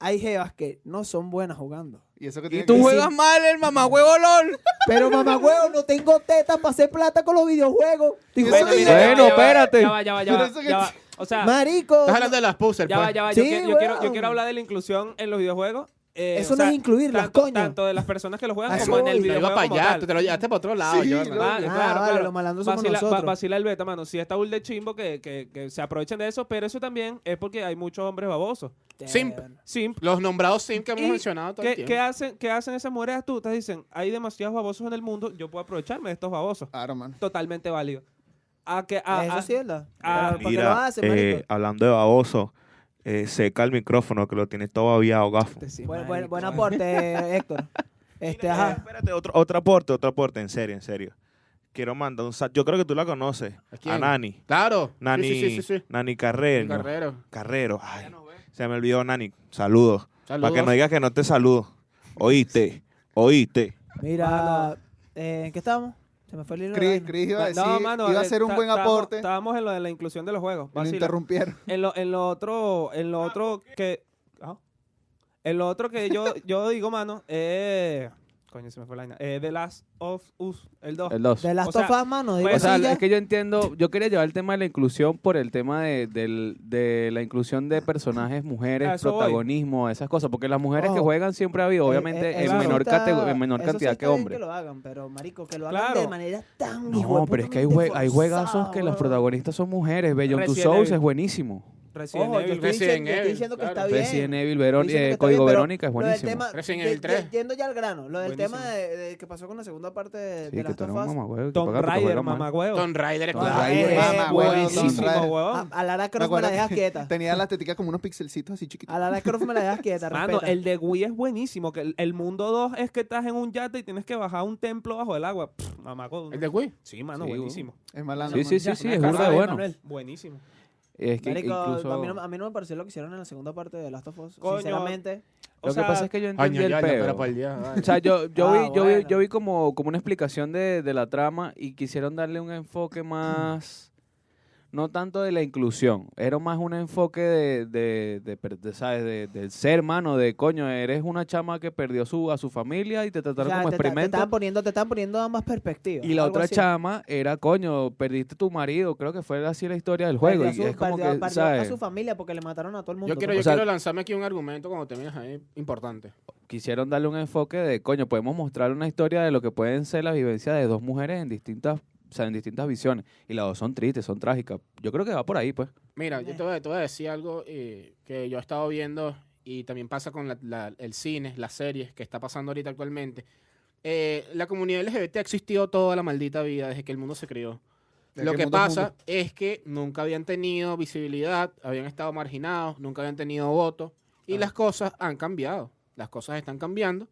hay jevas que no son buenas jugando. Y eso que Y tiene tú que- juegas mal el mamá huevo LOL. Pero mamá, huevo, no tengo tetas para hacer plata con los videojuegos. Estoy Bueno, jodido. mira, Bueno, ya va, espérate. Ya va, ya va, ya Pero va, eso que- ya va. O sea, Marico. Estás hablando de las pusers, Ya va, pues. ya va. Yo, Sí, quiero- yo quiero, yo weón. quiero hablar de la inclusión en los videojuegos. eh, Eso o no sea, es incluirlas, tanto, coño. Tanto de las personas que lo juegan Ah, como en el sí, Te lo iba videojuego. para como allá, tal. tú te lo llevaste para otro lado. Sí, yo, lo- Vale, Ah, claro, vale, claro. los malandros somos Vacila, va- nosotros. vacila el beta, mano. Sí, está bull de chimbo que, que, que se aprovechan de eso, pero eso también es porque hay muchos hombres babosos. Simp. Simp. Los nombrados sim que hemos Y mencionado todo el ¿Qué, tiempo. qué hacen, ¿Qué hacen esas mujeres astutas? Dicen, hay demasiados babosos en el mundo, yo puedo aprovecharme de estos babosos. Claro, mano. Totalmente válido. A que, a- Eso a- sí es la... pero ah, ¿por qué Mira, lo hace, eh, marico? hablando de baboso, eh, seca el micrófono que lo tienes todo aviado, gafo. Sí, Buen, buen- marico. eh. buen aporte, Héctor. Este, Mira, eh, ajá. Espérate, otro, otro aporte, otro aporte, en serio, en serio. Quiero mandar un saludo. Yo creo que tú la conoces. ¿A quién? A, Nani. Claro. Nani, Sí, sí, sí, sí. sí. Nani Carrero. Carrero. Carrero. ay, se me olvidó, Nani. Saludos. Saludos. Para que no digas que no te saludo. Oíste, oíste. Mira, eh, ¿en qué estábamos? Se me fue el hilo. de la Chris, vaina. Chris iba a decir, No, mano, iba a eh, ser un ta- buen estábamos- aporte, Estábamos en lo de la inclusión de los juegos. y lo vacila. interrumpieron. En lo, en lo otro, en lo otro que. ah. En lo otro que yo, yo digo, mano, eh. Coño, se me fue la vaina. Eh, The Last of Us, el 2. El 2. De las O sea, tofas, mano. digo, O Bueno, sea, sí, ya. es que yo entiendo, yo quería llevar el tema de la inclusión por el tema de, del- de la inclusión de personajes, A mujeres, eso voy. protagonismo, esas cosas, porque las mujeres que Ojo. juegan siempre ha habido, obviamente, Oh. Eh, en, eso sí menor está- catego- en menor eso sí cantidad está que bien hombres. que lo hagan, pero marico, que lo hagan Claro. de manera tan No, pero es que hay, jue- hay juegazos que los protagonistas son mujeres. Beyond Two Resident Souls Evil. es buenísimo. Resident Ojo, yo Evil. estoy Resident diciendo, yo estoy Evil, diciendo que claro. está bien. Resident Evil, Verón- Dicen que eh, está Código bien, pero Verónica es Lo del buenísimo. tema, Resident ye- Evil ye- 3. Yendo ya al grano, lo del Buenísimo. tema de, de que pasó con la segunda parte de, Sí, de que las tú eres un tofas. mamagüevo, que Tomb paga que tú Raider, juegas mal. mamagüevo. Ah, Tom Rider, Tomb claro. Raider. Mamá, huevo, Buenísimo, Tomb Raider. huevón. A, a Lara Me Croft me acuerdo la dejas que quieta. Ah, Tenía las teticas como unos pixelcitos así chiquitos. A Lara Croft me la dejas quieta, Mano, respeta. el de Wii es buenísimo. Que el, el mundo 2 es que estás en un yate y tienes que bajar a un templo bajo el agua. Pff, mamagüevo. ¿El de Wii? Sí, mano, Sí, buenísimo. Es malandro. Sí, man. sí, sí, sí, es Una burda casa de de bueno. Manuel. Buenísimo. Es que Marico, incluso... a, mí no, a mí no me pareció lo que hicieron en la segunda parte de Last of Us, Coño. sinceramente. Lo O que sea, pasa es que yo entendí el pero pedo. para el día. vale. O sea, yo, yo, Ah, vi, yo, vi, bueno. yo vi como, como una explicación de, de la trama y quisieron darle un enfoque más, no tanto de la inclusión, era más un enfoque de, de, de per- de, ¿sabes? De- del ser, mano, de coño, eres una chama que perdió su, a su familia y te O sea, trataron como te, te experimento. estaban poniendo, te estaban poniendo ambas perspectivas. y la algo otra así. chama era, coño, perdiste tu marido, creo que fue así la historia del juego. Perdió y a su- es como perdió- que, perdió a ¿sabes? su familia porque le mataron a todo el mundo. Yo quiero, O yo sea- quiero lanzarme aquí un argumento cuando terminas ahí importante. quisieron darle un enfoque de, coño, podemos mostrar una historia de lo que pueden ser las vivencias de dos mujeres en distintas, o sea, en distintas visiones. Y las dos son tristes, son trágicas. Yo creo que va por ahí, pues. Mira, yo te voy, a- te voy a decir algo eh, que yo he estado viendo y también pasa con la- la- el cine, las series que está pasando ahorita actualmente. Eh, la comunidad LGBT ha existido toda la maldita vida desde que el mundo se creó. Desde Lo que que el mundo es pasa mundo. es que nunca habían tenido visibilidad, habían estado marginados, nunca habían tenido voto y las cosas han cambiado. Las cosas están cambiando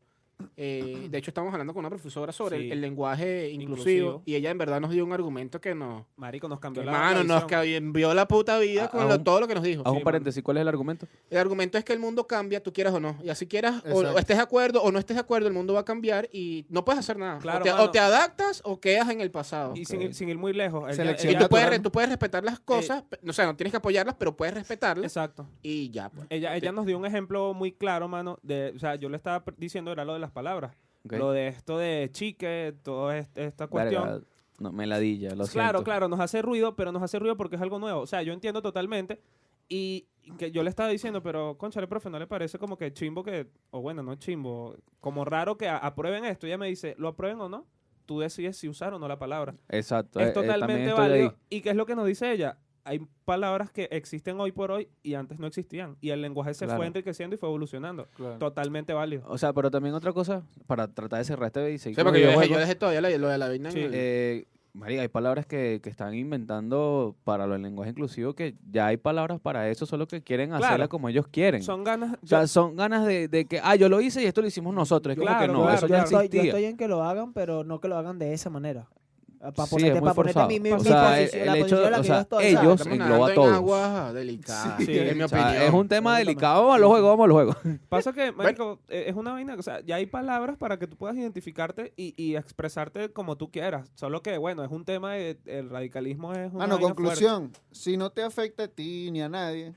Eh, de hecho, estamos hablando con una profesora sobre Sí. el, el lenguaje inclusivo, Inclusivo. y ella en verdad nos dio un argumento que nos... Marico, nos cambió la Hermano, la nos visión. cambió la puta vida A- con a lo- un- todo lo que nos dijo. Haz Sí, un paréntesis, ¿cuál es el argumento? El argumento es que el mundo cambia, tú quieras o no. Y así quieras, o, Exacto. o estés de acuerdo o no estés de acuerdo, el mundo va a cambiar y no puedes hacer nada. Claro, o, te, o mano. te adaptas o quedas en el pasado. Y Y, sin, sin ir muy lejos. ella- Selección ella- tú, puedes, re- natural. tú puedes respetar las cosas, pe- o sea, no tienes que apoyarlas, pero puedes respetarlas Exacto. y ya. pues. Ella, ella nos dio un ejemplo muy claro, mano. De, o sea, yo le estaba pr- diciendo era lo de las palabras. Ok. Lo de esto de chique, toda est- esta cuestión. Verga, no, me ladilla, lo claro, siento. claro, nos hace ruido, pero nos hace ruido porque es algo nuevo. O sea, yo entiendo totalmente. Y que yo le estaba diciendo, pero, conchale, profe, ¿no le parece como que chimbo que, o bueno, no chimbo, como raro que a- aprueben esto? Ella me dice, ¿lo aprueben o no? Tú decides si usar o no la palabra. Exacto. eh, Es eh, también totalmente estoy válido. ahí. ¿Y qué es lo que nos dice ella? Hay palabras que existen hoy por hoy y antes no existían. Y el lenguaje se Claro. fue enriqueciendo y fue evolucionando. Claro. Totalmente válido. O sea, pero también otra cosa, para tratar de cerrar este y Sí, seguir con porque yo los dejé, yo videojuegos, dejé todavía lo, lo de la vaina en Sí. el- eh, María, hay palabras que, que están inventando para lo del lenguaje inclusivo que ya hay palabras para eso, solo que quieren Claro. hacerla como ellos quieren. Son ganas... o sea, son ganas de, de que, ah, yo lo hice y esto lo hicimos nosotros. Es como Claro, que no, claro, eso claro. ya estoy, yo existía. estoy en que lo hagan, pero no que lo hagan de esa manera. Para Sí, ponerte, es muy pa' ponerte forzado. mi, mi, O mi sea, posición, el la hecho- posición en la o que sea, yo estoy. ellos- ¿sabes? Estamos engloba nadando a todos. En aguas delicadas, Sí. en mi O sea, opinión. es un tema Pregúntame. delicado. Vamos a los juegos, vamos a los juegos. Pasa que, marico, eh, es una vaina, o sea, ya hay palabras para que tú puedas identificarte y, y expresarte como tú quieras. Solo que, bueno, es un tema de, el radicalismo es una Mano, vaina Ah, conclusión. Si no te afecta a ti ni a nadie,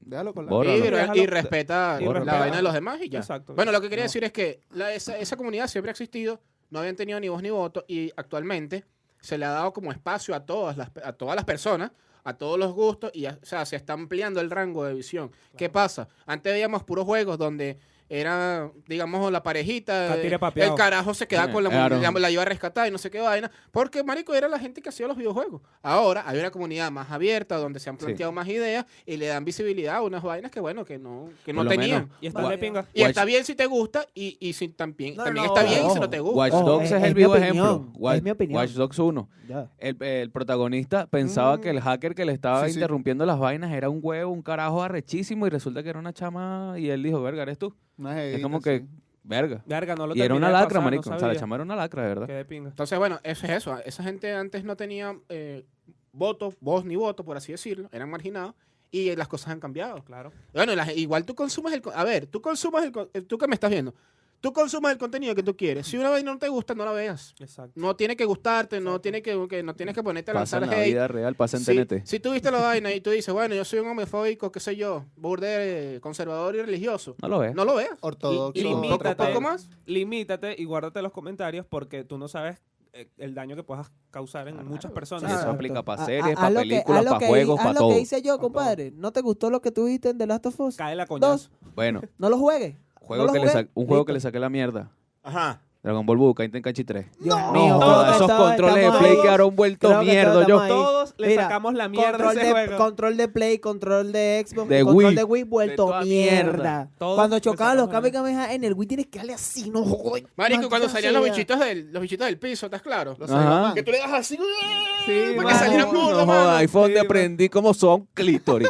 déjalo con la Mm. Bórralo. Y, Pero re- déjalo- y respeta y la respeta. vaina de los demás y ya. Exacto. Bueno, lo que quería No. decir es que la- esa, esa comunidad siempre ha existido, no habían tenido ni voz ni voto y actualmente se le ha dado como espacio a todas las, a todas las personas, a todos los gustos y ya- o sea, se está ampliando el rango de visión. ¿Qué pasa? Antes veíamos puros juegos donde era, digamos, la parejita, Catire eh, el papeado. carajo se quedaba Sí, con la claro. mujer, la iba a rescatar y no sé qué vaina, porque marico era la gente que hacía los videojuegos. Ahora hay una comunidad más abierta donde se han Sí. planteado más ideas y le dan visibilidad a unas vainas que bueno, que no, que no Por lo tenían. menos. Y está de pinga. Y Watch- está bien si te gusta y, y si también, No, también no, está bien si ojo. no te gusta. Watch Ojo, Dogs oh, es- es, es el mi vivo opinión, ejemplo. es Wa- Watch, mi opinión. Dogs 1. Ya. El, el protagonista pensaba que el hacker que le estaba Sí, sí. interrumpiendo las vainas era un huevo, un carajo arrechísimo y resulta que era una chama y él dijo, verga, eres tú. Una jevita, es como que, sí. verga. Verga, no lo Y era terminé una de lacra, pasar, no marico. o sea, la sabía. chama era una lacra, de Qué verdad. de pinga. Entonces, bueno, eso es eso. Esa gente antes no tenía eh, voto, voz ni voto, por así decirlo. Eran marginados y eh, las cosas han cambiado. Claro. Bueno, las- igual tú consumes el... co- A ver, tú consumas el... co- eh, Tú que me estás viendo. Tú consumas el contenido que tú quieres. Si una vaina no te gusta, no la veas. Exacto. No tiene que gustarte, no, tiene que, que- no tienes que ponerte a Pasa lanzar en la hate. vida real, pasa en Sí, Si, TNT. tú viste la vaina y tú dices, bueno, yo soy un homofóbico, qué sé yo, burde eh, conservador y religioso, No lo ves. no lo veas. Ortodoxo. Y- y otro limítate. palo. Poco más. Limítate y guárdate los comentarios porque tú no sabes eh, el daño que puedas causar en Claro. muchas Y personas. eso Exacto. aplica para Ah, series, ah, para haz lo que- películas, haz lo para que hi- juegos, haz para lo todo. que hice yo, compadre. ¿No te gustó lo que tú dijiste en The Last of Us? Cae la coña. Dos, Bueno, no lo juegues. juego lo que le jugué? sa- un juego que Listo. le saqué la mierda. Ajá. Dragon Ball Budokai Tenkaichi 3. Dios No, mío, creo todos que esos estaba- controles de estamos Play ahí. quedaron vueltos Creo que mierda. todos Yo, estamos ahí. Todos le Mira, sacamos la mierda a Control ese de, juego. control de Play, control de Xbox, De control Wii. de Wii vuelto toda mierda. mierda. Todos Cuando le chocaban los sacamos la mierda. Kamehameha en el Wii tienes que darle así, no joder. Marico, cuando Maldita salían los sea. bichitos del, los bichitos del piso, ¿estás claro? Los Ajá. Cyberman. Que tú le das así, ¡ué! para que mano, salieran no, burda, no, mano. iPhone te Sí, aprendí cómo son clítoris.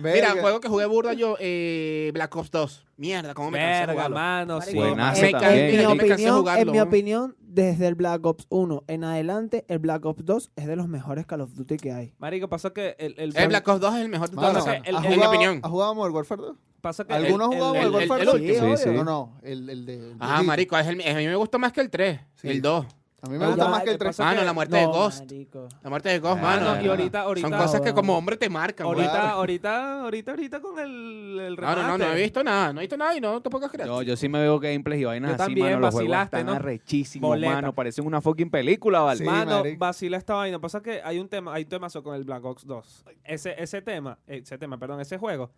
Mira, Verga. juego que jugué burda yo, eh, Black Ops 2. Mierda, cómo me cansé de Verga, jugarlo. mano. Marico, sí. Buenazo en, Me cansé- también. yo mi me cansé de opinión, jugarlo, en mi ¿no? opinión, desde el Black Ops 1 en adelante, el Black Ops 2 es de los mejores Call of Duty que hay. Marico, pasa que el, el, El Black Ops 2 es el mejor de todos Mano, los Pasa que años, el- ¿has en mi jugado- opinión. ¿Has jugado Modern Warfare 2? pasa que ¿Algunos el- jugaban el- al el- Warfare el 2? último. Sí, sí. No, no, el, el de... el de Ah, Gigi. marico, es el, es- a mí me gustó más que el 3, Sí. el 2. A mí me Ah, gusta ya, más que el te 3. pasa Ah, que- no, la muerte de Ghost. marico. La muerte de Ghost, Ah, mano. Mano, no, y no. ahorita, ahorita. Son cosas que weón. como hombre te marcan, weón. Ahorita, Claro. ahorita, ahorita, ahorita con el, el Ah, No, no, no, no he remate. visto nada, no he visto nada y no tampoco es creer. No, yo sí me veo gameplays y vainas Yo así, también, mano. Los juegos vacilaste, están ¿no? arrechísimos, Boleta. mano. Parecen una fucking película, ¿vale? Sí, Mano, marico. vacila esta vaina. Pasa que hay un tema, hay un temazo con el Black Ops 2. Ese, ese tema, ese tema, perdón, ese juego.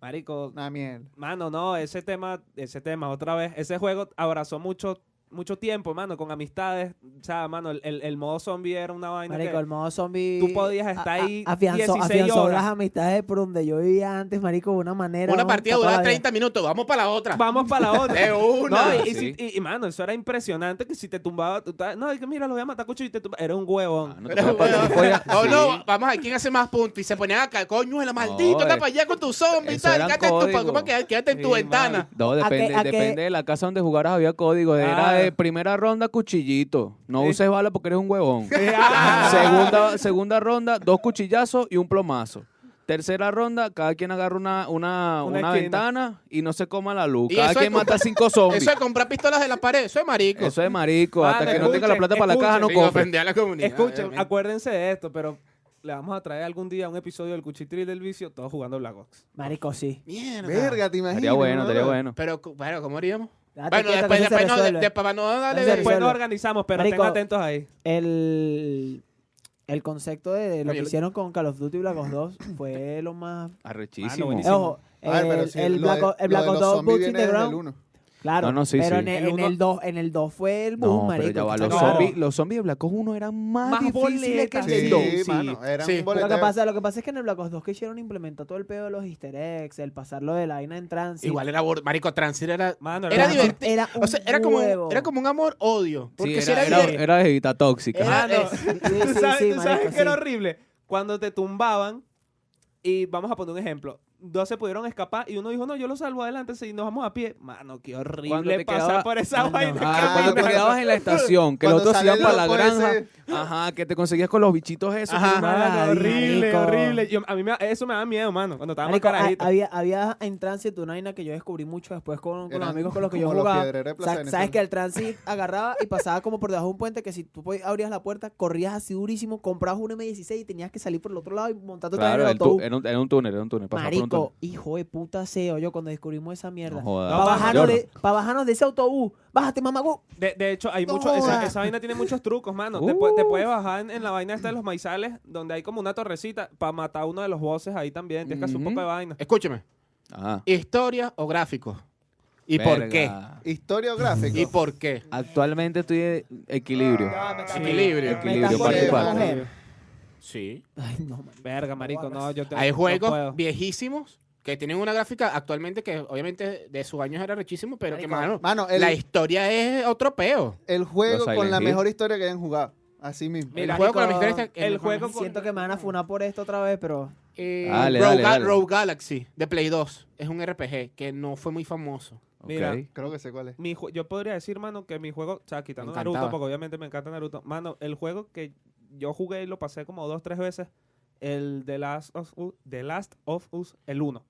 Marico, Una mierda. mano, no, ese tema, ese tema, otra vez. Ese juego abrazó mucho mucho tiempo, mano, con amistades. O sea, mano, el, el- el modo zombie era una vaina que- Marico, el modo zombie. Tú podías estar a- a- ahí Afianzó, 16 afianzó horas. las amistades por donde yo vivía antes, Marico, de una manera. Una ¿no? partida Para toda duraba la vida. 30 minutos, vamos para la otra. Vamos para la otra. De una. No, y, y Sí. si- y- y, mano, eso era impresionante que si te tumbaba, tú estabas- no, es que mira, lo voy a matar cucho y te tumbaba. Era un huevón. Ah, no te Pero, puedes- no te puedes- Oh, o sí. no, vamos a ver quién hace más puntos. Y se ponían acá, coño, el No, maldito, anda eh, para allá con tu zombie y eso tal. eran Quédate en tu, códigos. ¿cómo que- quédate en tu Sí, ventana. mano. No, depende, a que- depende de la casa donde jugaras había código. Era Ah. de primera ronda, cuchillito. No Sí. uses bala porque eres un huevón. Ah. segunda, segunda ronda, dos cuchillazos y un plomazo. Tercera ronda, cada quien agarra una, una, Una una esquina. ventana y no se coma la luz. Y Cada eso quien es- mata cinco zombies. Eso de comprar pistolas de la pared, eso es marico. Eso es marico. Vale, Hasta que no tenga la plata para la escuchen, caja, no Sin compre. ofender a la comunidad. Escuchen, obviamente. acuérdense de esto, pero le vamos a traer algún día un episodio del cuchitril del vicio, todos jugando Black Ops. Marico, sí. Mierda. Verga, te imaginas. Estaría bueno, estaría bro? bueno. Pero, cu- bueno, ¿cómo haríamos? Date bueno, quieto, después, Ah, que eso se después, no, de- resuelve. después no dale Eso se verga. Después resuelve. nos organizamos, pero Marico, estén atentos ahí. El, el concepto de lo Oye, que lo- hicieron con Call of Duty Black Ops 2 fue lo más. Mano, Arrechísimo. buenísimo. Ojo, A ver, pero el, sí, Eh, el lo Black de- Ops- el lo Black de Ops los 2 zombies Boots in viene the desde el Ground. uno. Claro, No, no, sí, pero sí. En, el, El en uno- el 2, en el 2 fue el boom, no, marico. pero ya va. que está Los claro. zombies, los zombies de Black Ops 1 eran más, Más difíciles que el boletas. del Sí, dos. sí, Sí. mano, era Sí. Lo que Lo un boleteo. que, pasa, lo que pasa es que en el Black Ops 2 que hicieron implementar todo el pedo de los easter eggs, el pasarlo de la vaina en trance. Igual era bor- marico, Transit era... Mano, Era hermano, divertido. Era, un O sea, era como, huevo. un- era como un amor-odio. Porque si era, era... era, era jevita tóxica. Era- Mano, eh, Sí, ¿Tú sí, sabes, sí, tú sabes marico, que sí. era horrible? Cuando te tumbaban, y vamos a poner un ejemplo, dos se pudieron escapar y uno dijo, no, yo lo salvo adelante sí, nos vamos a pie. Mano, qué Cuando horrible te pasar quedaba- por esa Mano. Ah, vaina. Ah, cuando te cuando- quedabas en la estación, que los cuando otros sale iban el para la loco granja. ese. Ajá, que te conseguías con los bichitos esos. Ajá. que- Mano, horrible, marico. horrible. Yo- a mí me- eso me da miedo, mano, cuando estábamos Marico, ha- carajitos. había, había en tránsito una vaina que yo descubrí mucho después con, con los Eran amigos con los que yo como los jugaba. piedreros de Plaza Sa- Venezuela. Sabes que el tránsito agarraba y pasaba como por debajo de un puente que si tú pod- abrías la puerta, corrías así durísimo, comprabas un M16 y tenías que salir por el otro lado y montarte otra vez Claro, en el el tú- autobús. era, un, era un túnel, era un túnel. pasaba por un túnel. Marico, hijo de puta seo, yo cuando descubrimos esa mierda. No jodas. No, para, bajarnos Jordan. de, pa' bajarnos de ese autobús, bájate mamagú. De, de hecho, hay No mucho, esa, joda. esa vaina tiene muchos trucos, mano. Te, pu- te puedes bajar en, en la vaina esta de los maizales, donde hay como una torrecita, para matar a uno de los bosses ahí también. Tienes que hacer un Ujú. poco de vaina. Escúchame, Ajá. historia o gráfico. ¿Y por qué? Verga. Historiográfico. ¿Y por qué? Actualmente estoy en equilibrio. Equilibrio. Equilibrio, par y par. Sí. Ay, no, man. Verga, marico, no, yo te, Hay no juegos puedo. viejísimos que tienen una gráfica actualmente que obviamente de sus años era rechísimo, pero que, mano, Mano, el, la historia es otro peo. el Los juego con Silent la Hill. mejor historia que hayan jugado. Así mismo. Mira, el juego con la marico, misteria está- el el- juego con- Siento que me van a funar por esto otra vez, pero. Eh, Dale, Rogue, dale, Ga- dale. Rogue Galaxy de Play 2 es un RPG que no fue muy famoso. Mira, Ok. Creo que sé cuál es. mi ju- yo podría decir, mano, que mi juego, o sea, quitando Me Naruto, encantaba. porque obviamente me encanta Naruto. Mano, el juego que yo jugué y lo pasé como dos, tres veces, el The Last of Us, The Last of Us el 1.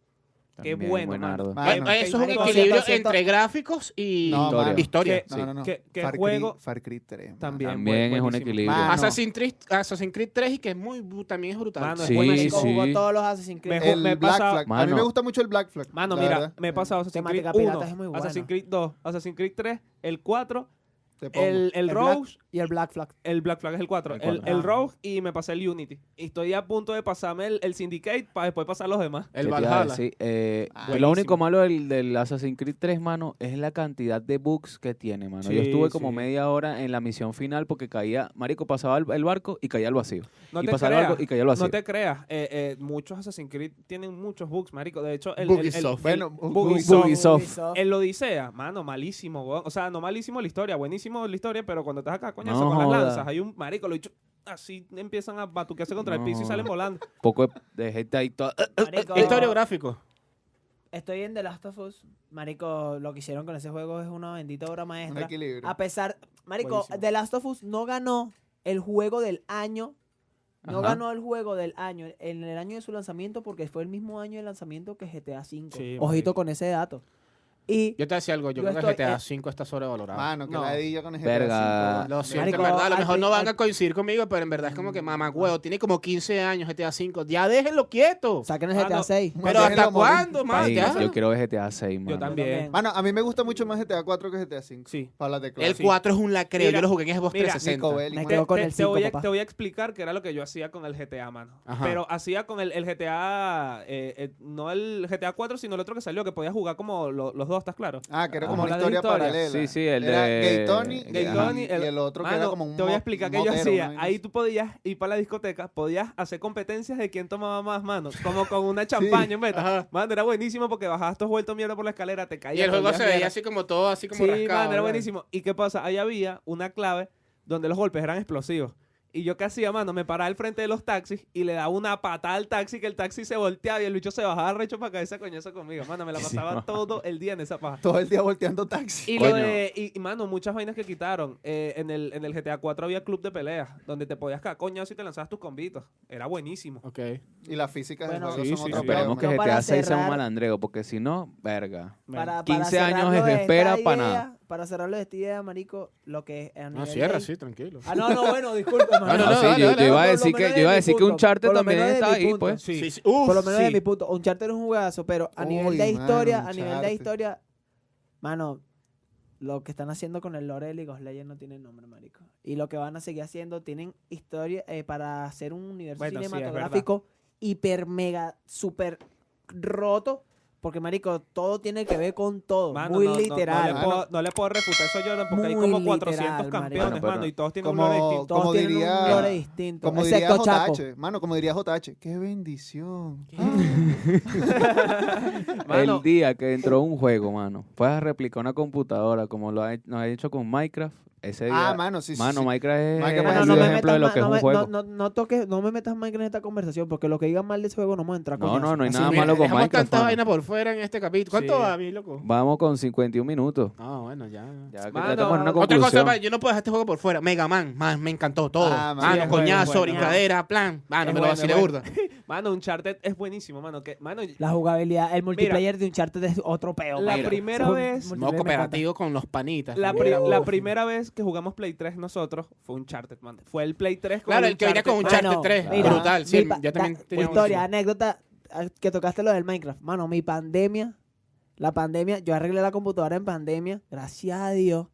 Qué También, bueno, buenardo. Mano, Eh, eh, eso es un Marico, equilibrio siento- siento- entre gráficos y No, Historia. mano. historia. Que- No, no, no. que- que Far Cry- juego- Far Cry 3. mano. También, También es un buenísimo. equilibrio. Mano. Assassin's, Creed, Assassin's Creed 3 y que es muy bu- también es brutal. Mano, Sí, es Marico, buenísimo. jugó sí. todos los Assassin's Creed. Mejor El me he Black pasado- Flag. A mí Mano. me gusta mucho el Black Flag. Mano, la mira, verdad. eh, me he pasado Assassin's Creed Temática 1, pirata es muy buena. Assassin's Creed 2, Assassin's Creed 3, el 4, Te pongo. el, el El Rogue, Y el Black Flag. el Black Flag es el 4, El el, cuatro. el Ah. Rogue y me pasé el Unity. Y estoy a punto de pasarme el, el Syndicate para después pasar los demás. ¿Qué el te iba a Valhalla. decir? Eh, buenísimo. lo único malo del, del Assassin's Creed 3, mano, es la cantidad de bugs que tiene, mano. Yo Sí, estuve como sí. media hora en la misión final porque caía, marico, pasaba el, el barco y caía al vacío. No y te pasaba el creas, barco y caía al vacío. no te creas, eh, eh, muchos Assassin's Creed tienen muchos bugs, marico. De hecho, el, el, el, Bugisoft. el- Bueno, bu- Bugisoft. Ubisoft. el Odisea, mano, malísimo, weón. O sea, no malísimo la historia, buenísimo la historia, pero cuando estás acá, coñazo, No con las joda. lanzas, hay un marico, lo dicho, así empiezan a batuquearse contra el No piso y joda. salen volando. Poco de, de gente ahí toda- Marico, Historia o gráfico. Estoy en The Last of Us. Marico, lo que hicieron con ese juego es una bendita obra Un eh, maestra. equilibrio. ah, A pesar, Marico, Buenísimo. The Last of Us no ganó el juego del año. No Ajá. ganó el juego del año, en el año de su lanzamiento, porque fue el mismo año de lanzamiento que GTA V. Sí, marico. Ojito con ese dato. Y Yo te decía algo, yo, Yo creo estoy- que GTA eh, V está sobrevalorado. Mano, que No. la di yo con el GTA Verga. V, Lo siento, Marico, en verdad, a lo al mejor pri- no van a al- coincidir conmigo, pero en verdad es como que mamá, huevo, tiene como 15 años GTA V. Ya déjenlo quieto. saquen el Ah, GTA no. VI. Pero ¿hasta déjenlo morir. cuándo, mano? Ey, Ya. yo quiero ver GTA 6, mano. Yo también. Mano, a mí me gusta mucho más GTA 4 que GTA 5. Sí. Para la tecla. El Sí. 4 es un lacreo, Mira, yo lo jugué en Xbox mira, 360. Nico Bellic, Me mano. quedo con te, el te 5, voy a, papá. te voy a explicar que era lo que yo hacía con el GTA, mano. Ajá. Pero hacía con el, el GTA, eh, eh, no el GTA 4, sino el otro que salió, que podías jugar como lo- los dos dos, ¿estás claro? Ah, que era Ah, como una las dos historia historias. paralela. Sí, sí, el Era de... Gay Tony, Ajá. Gay y- Tony, y el- el otro que era Mano, como un te voy mo- a explicar qué yo motero, una hacía. vaina Ahí así. tú podías ir para la discoteca, podías hacer competencias de quién tomaba más mano, como con una champaña en meta. Ajá. Mano, era buenísimo porque bajabas todo vuelto mierda por la escalera, te caías. Y el juego volvías se veía mierda. así como todo, así como Sí, rascado. mano, era ¿verdad? buenísimo. ¿Y qué pasa? Ahí había una clave donde los golpes eran explosivos. Y yo qué hacía, mano, me paraba al frente de los taxis y le daba una patada al taxi que el taxi se volteaba y el bicho se bajaba recho para cabeza coñazo conmigo. Mano, me la Sí, pasaba mano. todo el día en esa paja. Todo el día volteando taxi. Y, Coño. lo de, y, y, mano, muchas vainas que quitaron. Eh, en, el, en el GTA 4 había club de peleas, donde te podías caer coñazo y te lanzabas tus combitos. Era buenísimo. Ok. Y las físicas del Bueno, juego sí, son sí, otro sí. pedo, Esperemos man. que No, para GTA 6 sea un cerrar- malandreo, porque si no, verga. Para, 15 para años cerrarlo es de esta espera pa' idea, nada. Para cerrarlo de esta idea, marico, lo que es a No, nivel cierra, gay- sí, tranquilo. Ah, no, no, bueno, disculpa, Ah, Ah, no, mano. no, sí, dale, yo, dale, yo iba a por lo decir que, menos yo iba a de mi decir que punto, Uncharted por lo también menos de está mi ahí, punto. pues. Sí, sí. Uf, Por lo menos de sí. mi punto. Uncharted es un juegazo, pero a nivel Uy, de mano, historia, a nivel de Uncharted. historia, mano, lo que están haciendo con el lore de League of Legends no tiene nombre, marico. Y lo que van a seguir haciendo, tienen historia eh, para hacer un universo Bueno, sí, es verdad. cinematográfico hiper mega super roto, porque marico, todo tiene que ver con todo, Mano, muy no- no- literal. Ah, No, le puedo, no le puedo refutar eso a Jordan porque hay Muy como 400 literal, campeones, marico. mano, y todos tienen Como- un lore distinto. Todos como tienen un diría- lore distinto, Como diría excepto Chaco. JH, mano, como diría JH, qué bendición. Ah. Mano, El día que entró un juego, mano, puedas replicar una computadora como lo ha, he- nos ha hecho con Minecraft, ese día... Ah, mano, sí, sí. mano, sí. Minecraft es Minecraft el Bueno, es no, un me ejemplo de metas lo ma- que es no un me- juego. no- no- no toques, no me metas más en esta conversación, porque lo que digan mal de ese juego no vamos a entrar No, coñazo. no, no hay Así nada que- Mira, malo con dejamos Minecraft. tanta mano. vaina por fuera en este capítulo. ¿Cuánto Sí. va, mi loco? Vamos con 51 minutos. Ah, bueno, ya. Ya que Mano, tratamos en una otra Otra cosa, conclusión. va, yo no puedo dejar este juego por fuera. Mega Man, man, me encantó todo. Ah, man. mano, Sí, es coñazo, bueno, es bueno. brincadera, plan. Mano, Es me lo bueno, vacilé es burda. mano, Uncharted es buenísimo, mano. Que, mano, La jugabilidad, el multiplayer de Uncharted es otro peo. La marico. primera Ese vez- multiplayer Modo me cooperativo con los panitas. la, Mira, pri- uf. la primera vez que jugamos Play 3 nosotros fue Uncharted, mano. Fue el Play 3 con Claro, el que venía con Uncharted, Uncharted Mano, 3. mira, brutal, sí. mi el- pa- Yo también da- tenía uno historia, así. anécdota ah, que tocaste lo del Minecraft. Mano, mi pandemia, la pandemia, yo arreglé la computadora en pandemia, gracias a Dios.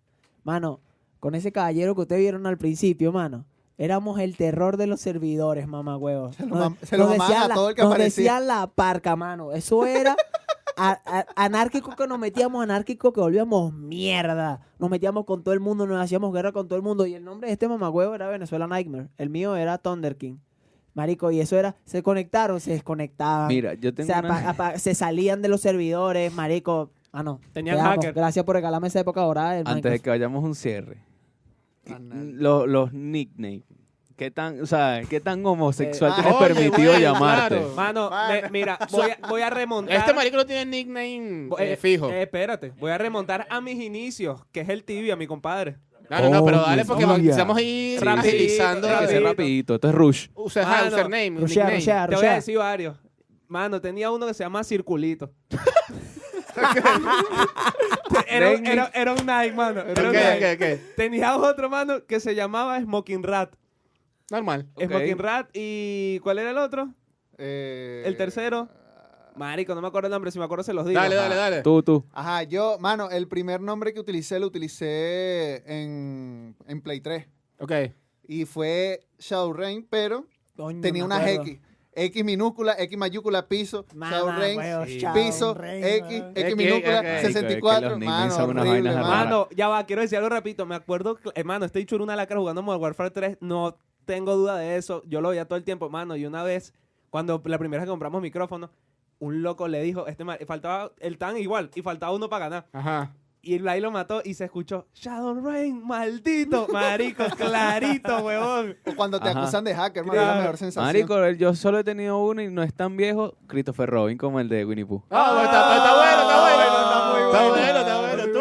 Mano, con ese caballero que ustedes vieron al principio, mano. Éramos el terror de los servidores, mamá huevo. Se lo mam- se lo mamaban a todo el que aparecía. decían la parca, mano. Eso era a- a- anárquico que nos metíamos, anárquico que volvíamos mierda. Nos metíamos con todo el mundo, nos hacíamos guerra con todo el mundo. Y el nombre de este mamagüevo era Venezuela Nightmare. El mío era Thunder King. Marico, y eso era, se conectaron, se desconectaban. Mira, yo se, tengo apa- una... apa- se salían de los servidores, marico. Ah, no. Tenían te amo. hacker. Gracias por regalarme esa época dorada del Antes de Minecraft. que vayamos a un cierre. Anal. Los, los nicknames. ¿Qué tan, o sea, qué tan homosexual Eh, tienes oye, permitido güey, llamarte? claro. Ah, Mano, Mano. me- mira, voy a, voy a remontar. Este marico no tiene nickname Bo- eh, eh, fijo. eh, espérate, voy a remontar a mis inicios, que es el tibia, mi compadre. No, no, no, pero dale Oye, porque oye. vamos a ir Sí, agilizando. Tiene que ser rapidito. rapidito. Esto es Rush. Usa Mano, ajá, username, Rushea, nickname. rushea, Te voy a rushea. decir varios. Mano, tenía uno que se llama Circulito. era, un- era- era un Nike, mano. Era un Ok, Nike. ok, ok. Tenía otro, mano, que se llamaba Smoking Rat. Normal. Ok. Smoking Rat y... ¿Cuál era el otro? Eh, El tercero. Marico, no me acuerdo el nombre. Si me acuerdo se los digo. ah. Dale, dale, dale. Tú, tú. Ajá, yo, mano, el primer nombre que utilicé lo utilicé en, en Play 3. Ok. Y fue Shadowrain, pero Coño, tenía me unas acuerdo. X. X minúscula, X mayúscula, piso, Mamá, Shadowrain, huevo, sí. Shadowrain, piso, X, huevo. X Ok, minúscula, ok. Marico, es que los 64. nicknames Mano, son unas horrible, vainas mano. raras. Mano, ya va, quiero decir algo rapidito. Me acuerdo, cl- hermano, estoy chulo una lacra jugando Modern Warfare 3. No tengo duda de eso. Yo lo veía todo el tiempo, mano. Y una vez, cuando la primera vez que compramos micrófono, un loco le dijo, este mar- faltaba el tan igual y faltaba uno para ganar. Ajá. Y el ahí lo mató y se escuchó Shadow Rain, maldito, marico, clarito, huevón. O cuando te Ajá. acusan de hacker, mano, es la Claro. mejor sensación. Marico, el- yo solo he tenido uno y no es tan viejo. Christopher Robin como el de Winnie Pooh. Ah, bueno, está, está bueno, está bueno. Está muy Está bueno. bueno, está bueno,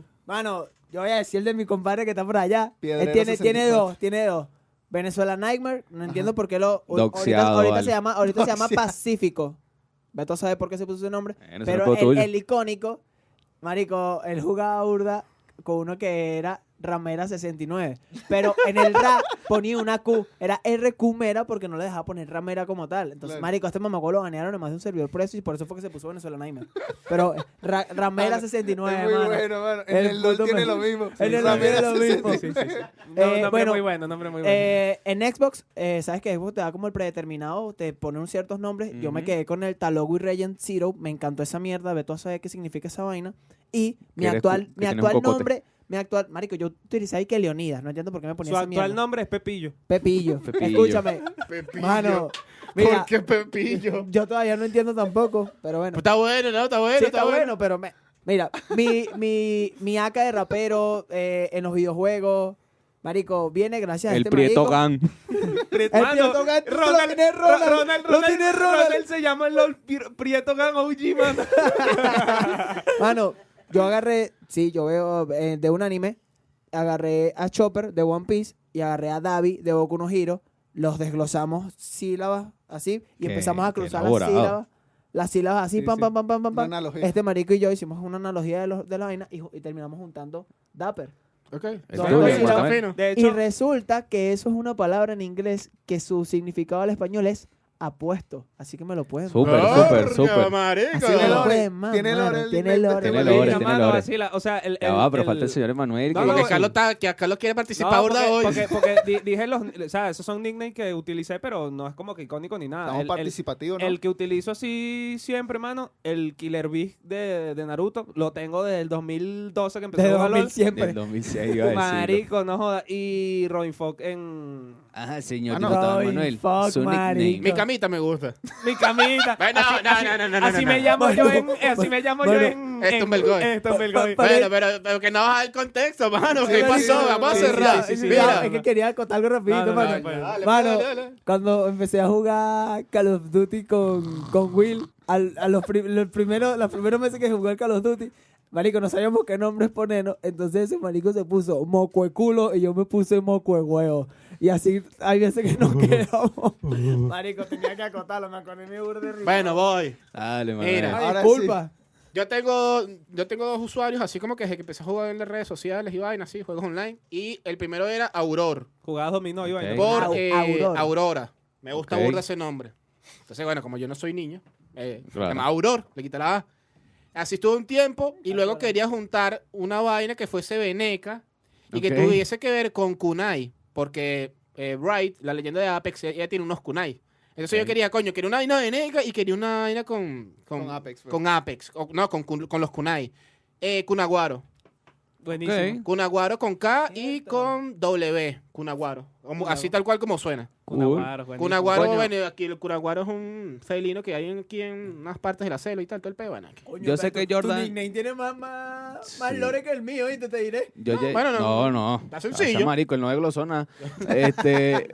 tú. Mano, yo voy a decir el de mi compadre que está por allá. Piedrero Él tiene, 64. tiene dos, tiene dos. Venezuela Nightmare, no entiendo por qué lo. o- Doxeado, ahorita ahorita vale. se llama, ahorita se llama Doxeado. Pacífico. Beto sabe por qué se puso su nombre. Bueno, eso Eh, no es pero todo el, tuyo. el icónico, Marico, él jugaba burda con uno que era Ramera 69. Pero en el Ra ponía una Q. Era RQ Mera porque no le dejaba poner Ramera como tal. Entonces, Claro. Marico, a este mamagüey lo banearon en más de un servidor por eso y por eso fue que se puso Venezuela Nightmare. Pero eh, Ra- Ramera Mano, 69. Ah, es muy mano. bueno, mano. En El el, LOL puto tiene me- lo mismo. En el Ramírez LOL lo mismo. 69. No, Eh, nombre bueno, muy bueno, nombre muy bueno. Eh, en Xbox, eh, sabes que Xbox te da como el predeterminado, te pone un ciertos nombres. Yo me Ujú. quedé con el Talogu y Regent Zero, me encantó esa mierda, ve tú a saber qué significa esa vaina. Y mi eres cu- actual, que mi tienes un actuel cocote. nombre, mi actual, marico, yo utilicé ahí que Leonidas, no entiendo por qué me ponía Su esa actual mierda. nombre es Pepillo. Pepillo. Pepillo. Escúchame, Pepillo. mano. ¿Por Mira, eh, qué Pepillo? yo todavía no entiendo tampoco, pero bueno. Pues Está bueno, ¿no? Está bueno, Sí, está bueno, pero me- mira, mi, mi, mi AK de rapero eh, en los videojuegos, marico, viene gracias a El este Prieto marico. Gang. El Mano, Prieto Gang, lo Ronald, tiene Ronald, Ro- Ronald, lo Ronald, tiene Ronald Ronald. se llama el LOL Pri- Prieto Gang OG, mano. Mano, yo agarré, sí, yo veo eh, de un anime, agarré a Chopper de One Piece y agarré a Davi de Boku no Hero, los desglosamos sílabas así y Qué- empezamos a qué cruzar las elaborado. sílabas. Las sílabas así, Sí, pam, sí. pam, pam, pam, pam, Una pam. analogía. Este marico y yo hicimos una analogía de, los, de la vaina y, ju- y terminamos juntando Dapper. Ok. Está bueno, Está está fino. De Y hecho, resulta que eso es una palabra en inglés que su significado al español es apuesto. Así que me lo pueden. Súper, Verga, súper, súper. marico. Así me lo lore, pueden, man, tiene mano, lore el este Tiene invento. lore. Tiene Mira, lore, tiene mano, lore. así la- o sea, el, Ya el- va, pero el- falta el señor Emanuel. No, que- no, Porque el- Carlos, está, que a Carlos quiere participar No, burda porque, hoy. porque- porque di- dije los, o sea, esos son nicknames que utilicé, pero no es como que icónico ni nada. Estamos El, el- participativos, ¿no? el que utilizo así siempre, mano, el Killer Beast de, de Naruto, lo tengo desde el 2012 que empezó De a jugar LOL. 2000 siempre. Del 2006 iba a decirlo. Marico, no joda. Y Robin Fock en Ah, señor Ah, no. diputado Ay, Emanuel. fuck, Su nickname. marico. Mi camita me gusta. mi camita. Bueno, así, no, así- no, no, no, no, así no, me no. llamo yo Bueno, en. Así me llamo yo bueno, en. esto es en- Belgoy. Esto es Belgoy. Para- Bueno, pero, pero que no vas al contexto, mano. ¿Qué Sí, pasó? sí, Vamos a sí, cerrar. sí, sí, sí. Mira. Es que quería contar algo rapidito, No, no, no, mano. no, no, no. Dale, Mano, dale, dale. cuando empecé a jugar Call of Duty con, con Will, al- a los, pri- los primeros, los primeros meses que jugué al Call of Duty, marico, no sabíamos qué nombres ponernos, entonces ese marico se puso moco de culo y yo me puse moco de huevo. Y así hay veces que nos quedamos. marico, tenía que acotarlo, me acordé mi burro de risa. Bueno, voy. Dale, Mira. Emanuel. Ay, ahora disculpa. Yo tengo, yo tengo dos usuarios, así como que desde que empecé a jugar en las redes sociales y vainas, así, juegos online. Y el primero era Auror, Jugabas dominó, Iván. Ok. por Au- eh, Aurora. Aurora. Me gusta Ok. burda ese nombre. Entonces, bueno, como yo no soy niño, eh, se Claro. llama Auror, le quité la A. Así estuve un tiempo y luego quería juntar una vaina que fuese veneca y que Ok. tuviese que ver con kunai, porque eh, Wright, la leyenda de Apex, ella tiene unos kunai. Entonces yo Ok. quería, coño, quería una vaina veneca y quería una vaina con, con, Con Apex, pues. Con Apex, o- no, con, kun- con los kunai. Eh, kunaguaro. Buenísimo. Ok. Kunaguaro con K y Cierto. con W. Kunaguaro. Como- Así tal cual como suena. Cunaguaro, buenísimo. Cunaguaro, Coño, bueno, aquí el cunaguaro es un felino que hay en- aquí en unas partes de la selva y tal, todo el peo, bueno, aquí. Yo sé que Jordan- Tu nickname tiene más, más, más Sí. lore que el mío, y te, diré. Yo No, lle- bueno, no. no, no. Está Pasa, sencillo. marico, el no desglosó nada. Este,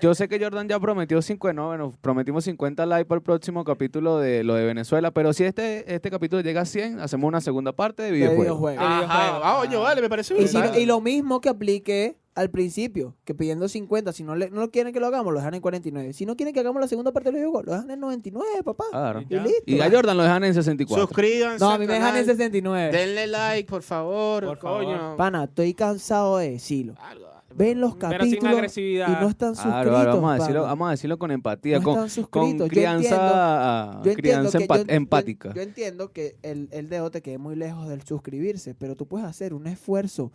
yo sé que Jordan ya prometió 5 no, bueno, prometimos 50 likes para el próximo capítulo de lo de Venezuela, pero si este, este capítulo llega a 100, hacemos una segunda parte de De videojuegos. videojuegos. Ajá, ah, oye, vale, me parece Y, bien. si no- vale. y lo mismo que aplique al principio, que pidiendo 50, si no, le, no quieren que lo hagamos, lo dejan en 49. Si no quieren que hagamos la segunda parte del juego, lo dejan en 99, papá. Claro. Y listo. Ah, Y a Jordan lo dejan en 64. Suscríbanse. no, a al mí me dejan en canal, 69. Denle like, por favor. Por coño. Pana, estoy cansado de decirlo. Algo, vale. Ven los Pero sin capítulos agresividad. y no están suscritos. Claro, claro, vamos, a pana. decirlo, vamos a decirlo con empatía, No con, están con suscritos. Yo crianza, Yo entiendo crianza que- empa- yo- yo- empática. Yo, entiendo que el, el dedo te quede muy lejos del suscribirse, pero tú puedes hacer un esfuerzo.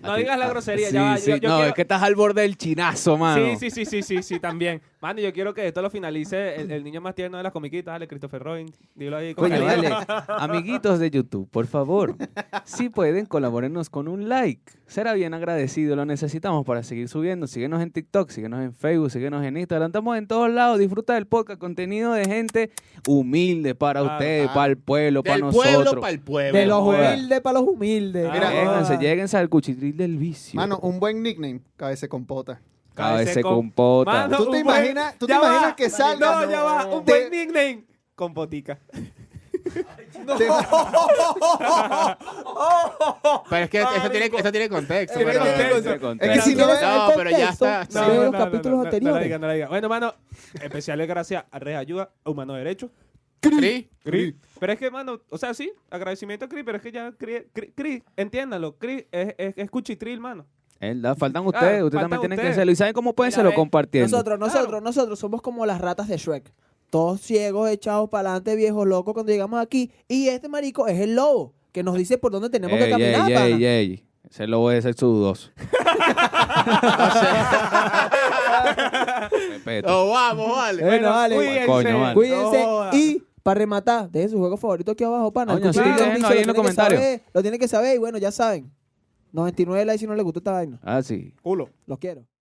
No digas la grosería, Sí, ya va, sí. yo- yo no, quiero- es que estás al borde del chinazo, mano. Sí, sí, sí, sí, sí, sí, también. Mano, yo quiero que esto lo finalice el, el niño más tierno de las comiquitas, dale, Christopher Robin. Dilo ahí. con Coño, cariño. dale. Amiguitos de YouTube, por favor, si pueden, colaborarnos con un like. Será bien agradecido, lo necesitamos para seguir subiendo. Síguenos en TikTok, síguenos en Facebook, síguenos en Instagram. Estamos en todos lados. Disfruta del podcast, contenido de gente humilde para Claro, Ah. ustedes, claro. para el pueblo, para Del nosotros. pueblo para el pueblo. De los joda. humildes para los humildes. Ah, Mira, Lléguense, lléguense al cuchitril del vicio. Mano, un buen nickname, cabeza compota. Cabece Cabece con- compota. Mano, ¿Tú un te buen- imaginas, tú te ya va. imaginas que salga? No, ya va, un Te- buen nickname. Con potica. te- Pero es que eso tiene, eso tiene contexto. pero- Entre contexto. contexto. Es que si no No, ves el pero ya contexto, está. se No, ven no, los no, capítulos no, no, No la anteriores. diga, no la diga. Bueno, mano, especiales gracias a Red Ayuda, a Humano Derecho. Cri. Cri. Pero es que, mano, o sea, sí, agradecimiento a Cri, pero es que ya Cri, Cri, Cri, entiéndanlo, Cri es, es, es cuchitril, mano. Verdad, ah, Faltan ustedes, Claro, ustedes faltan también tienen que ustedes. hacerlo. ¿Y saben cómo pueden? Mira, Se lo ve, compartiendo. Nosotros, nosotros, nosotros somos como las ratas de Shrek. Todos ciegos, echados para adelante, viejos locos cuando llegamos aquí. Y este marico es el lobo que nos dice por dónde tenemos que Ey, ey, caminar. ey, pana. ey. Ese lobo es sexo dudoso. Respeto. Nos vamos, vale. Bueno, vale. Oh, cuídense. Coño, vale. Cuídense No joda. y Para rematar, dejen su juego favorito aquí abajo, pana. Coño, Escuchen sí, Little déjenlo Mix, ahí en los lo tienen que comentarios. saber, Lo tienen que saber y bueno, ya saben. 99 likes si no les gustó esta vaina. Ah, sí. Culo. Los quiero.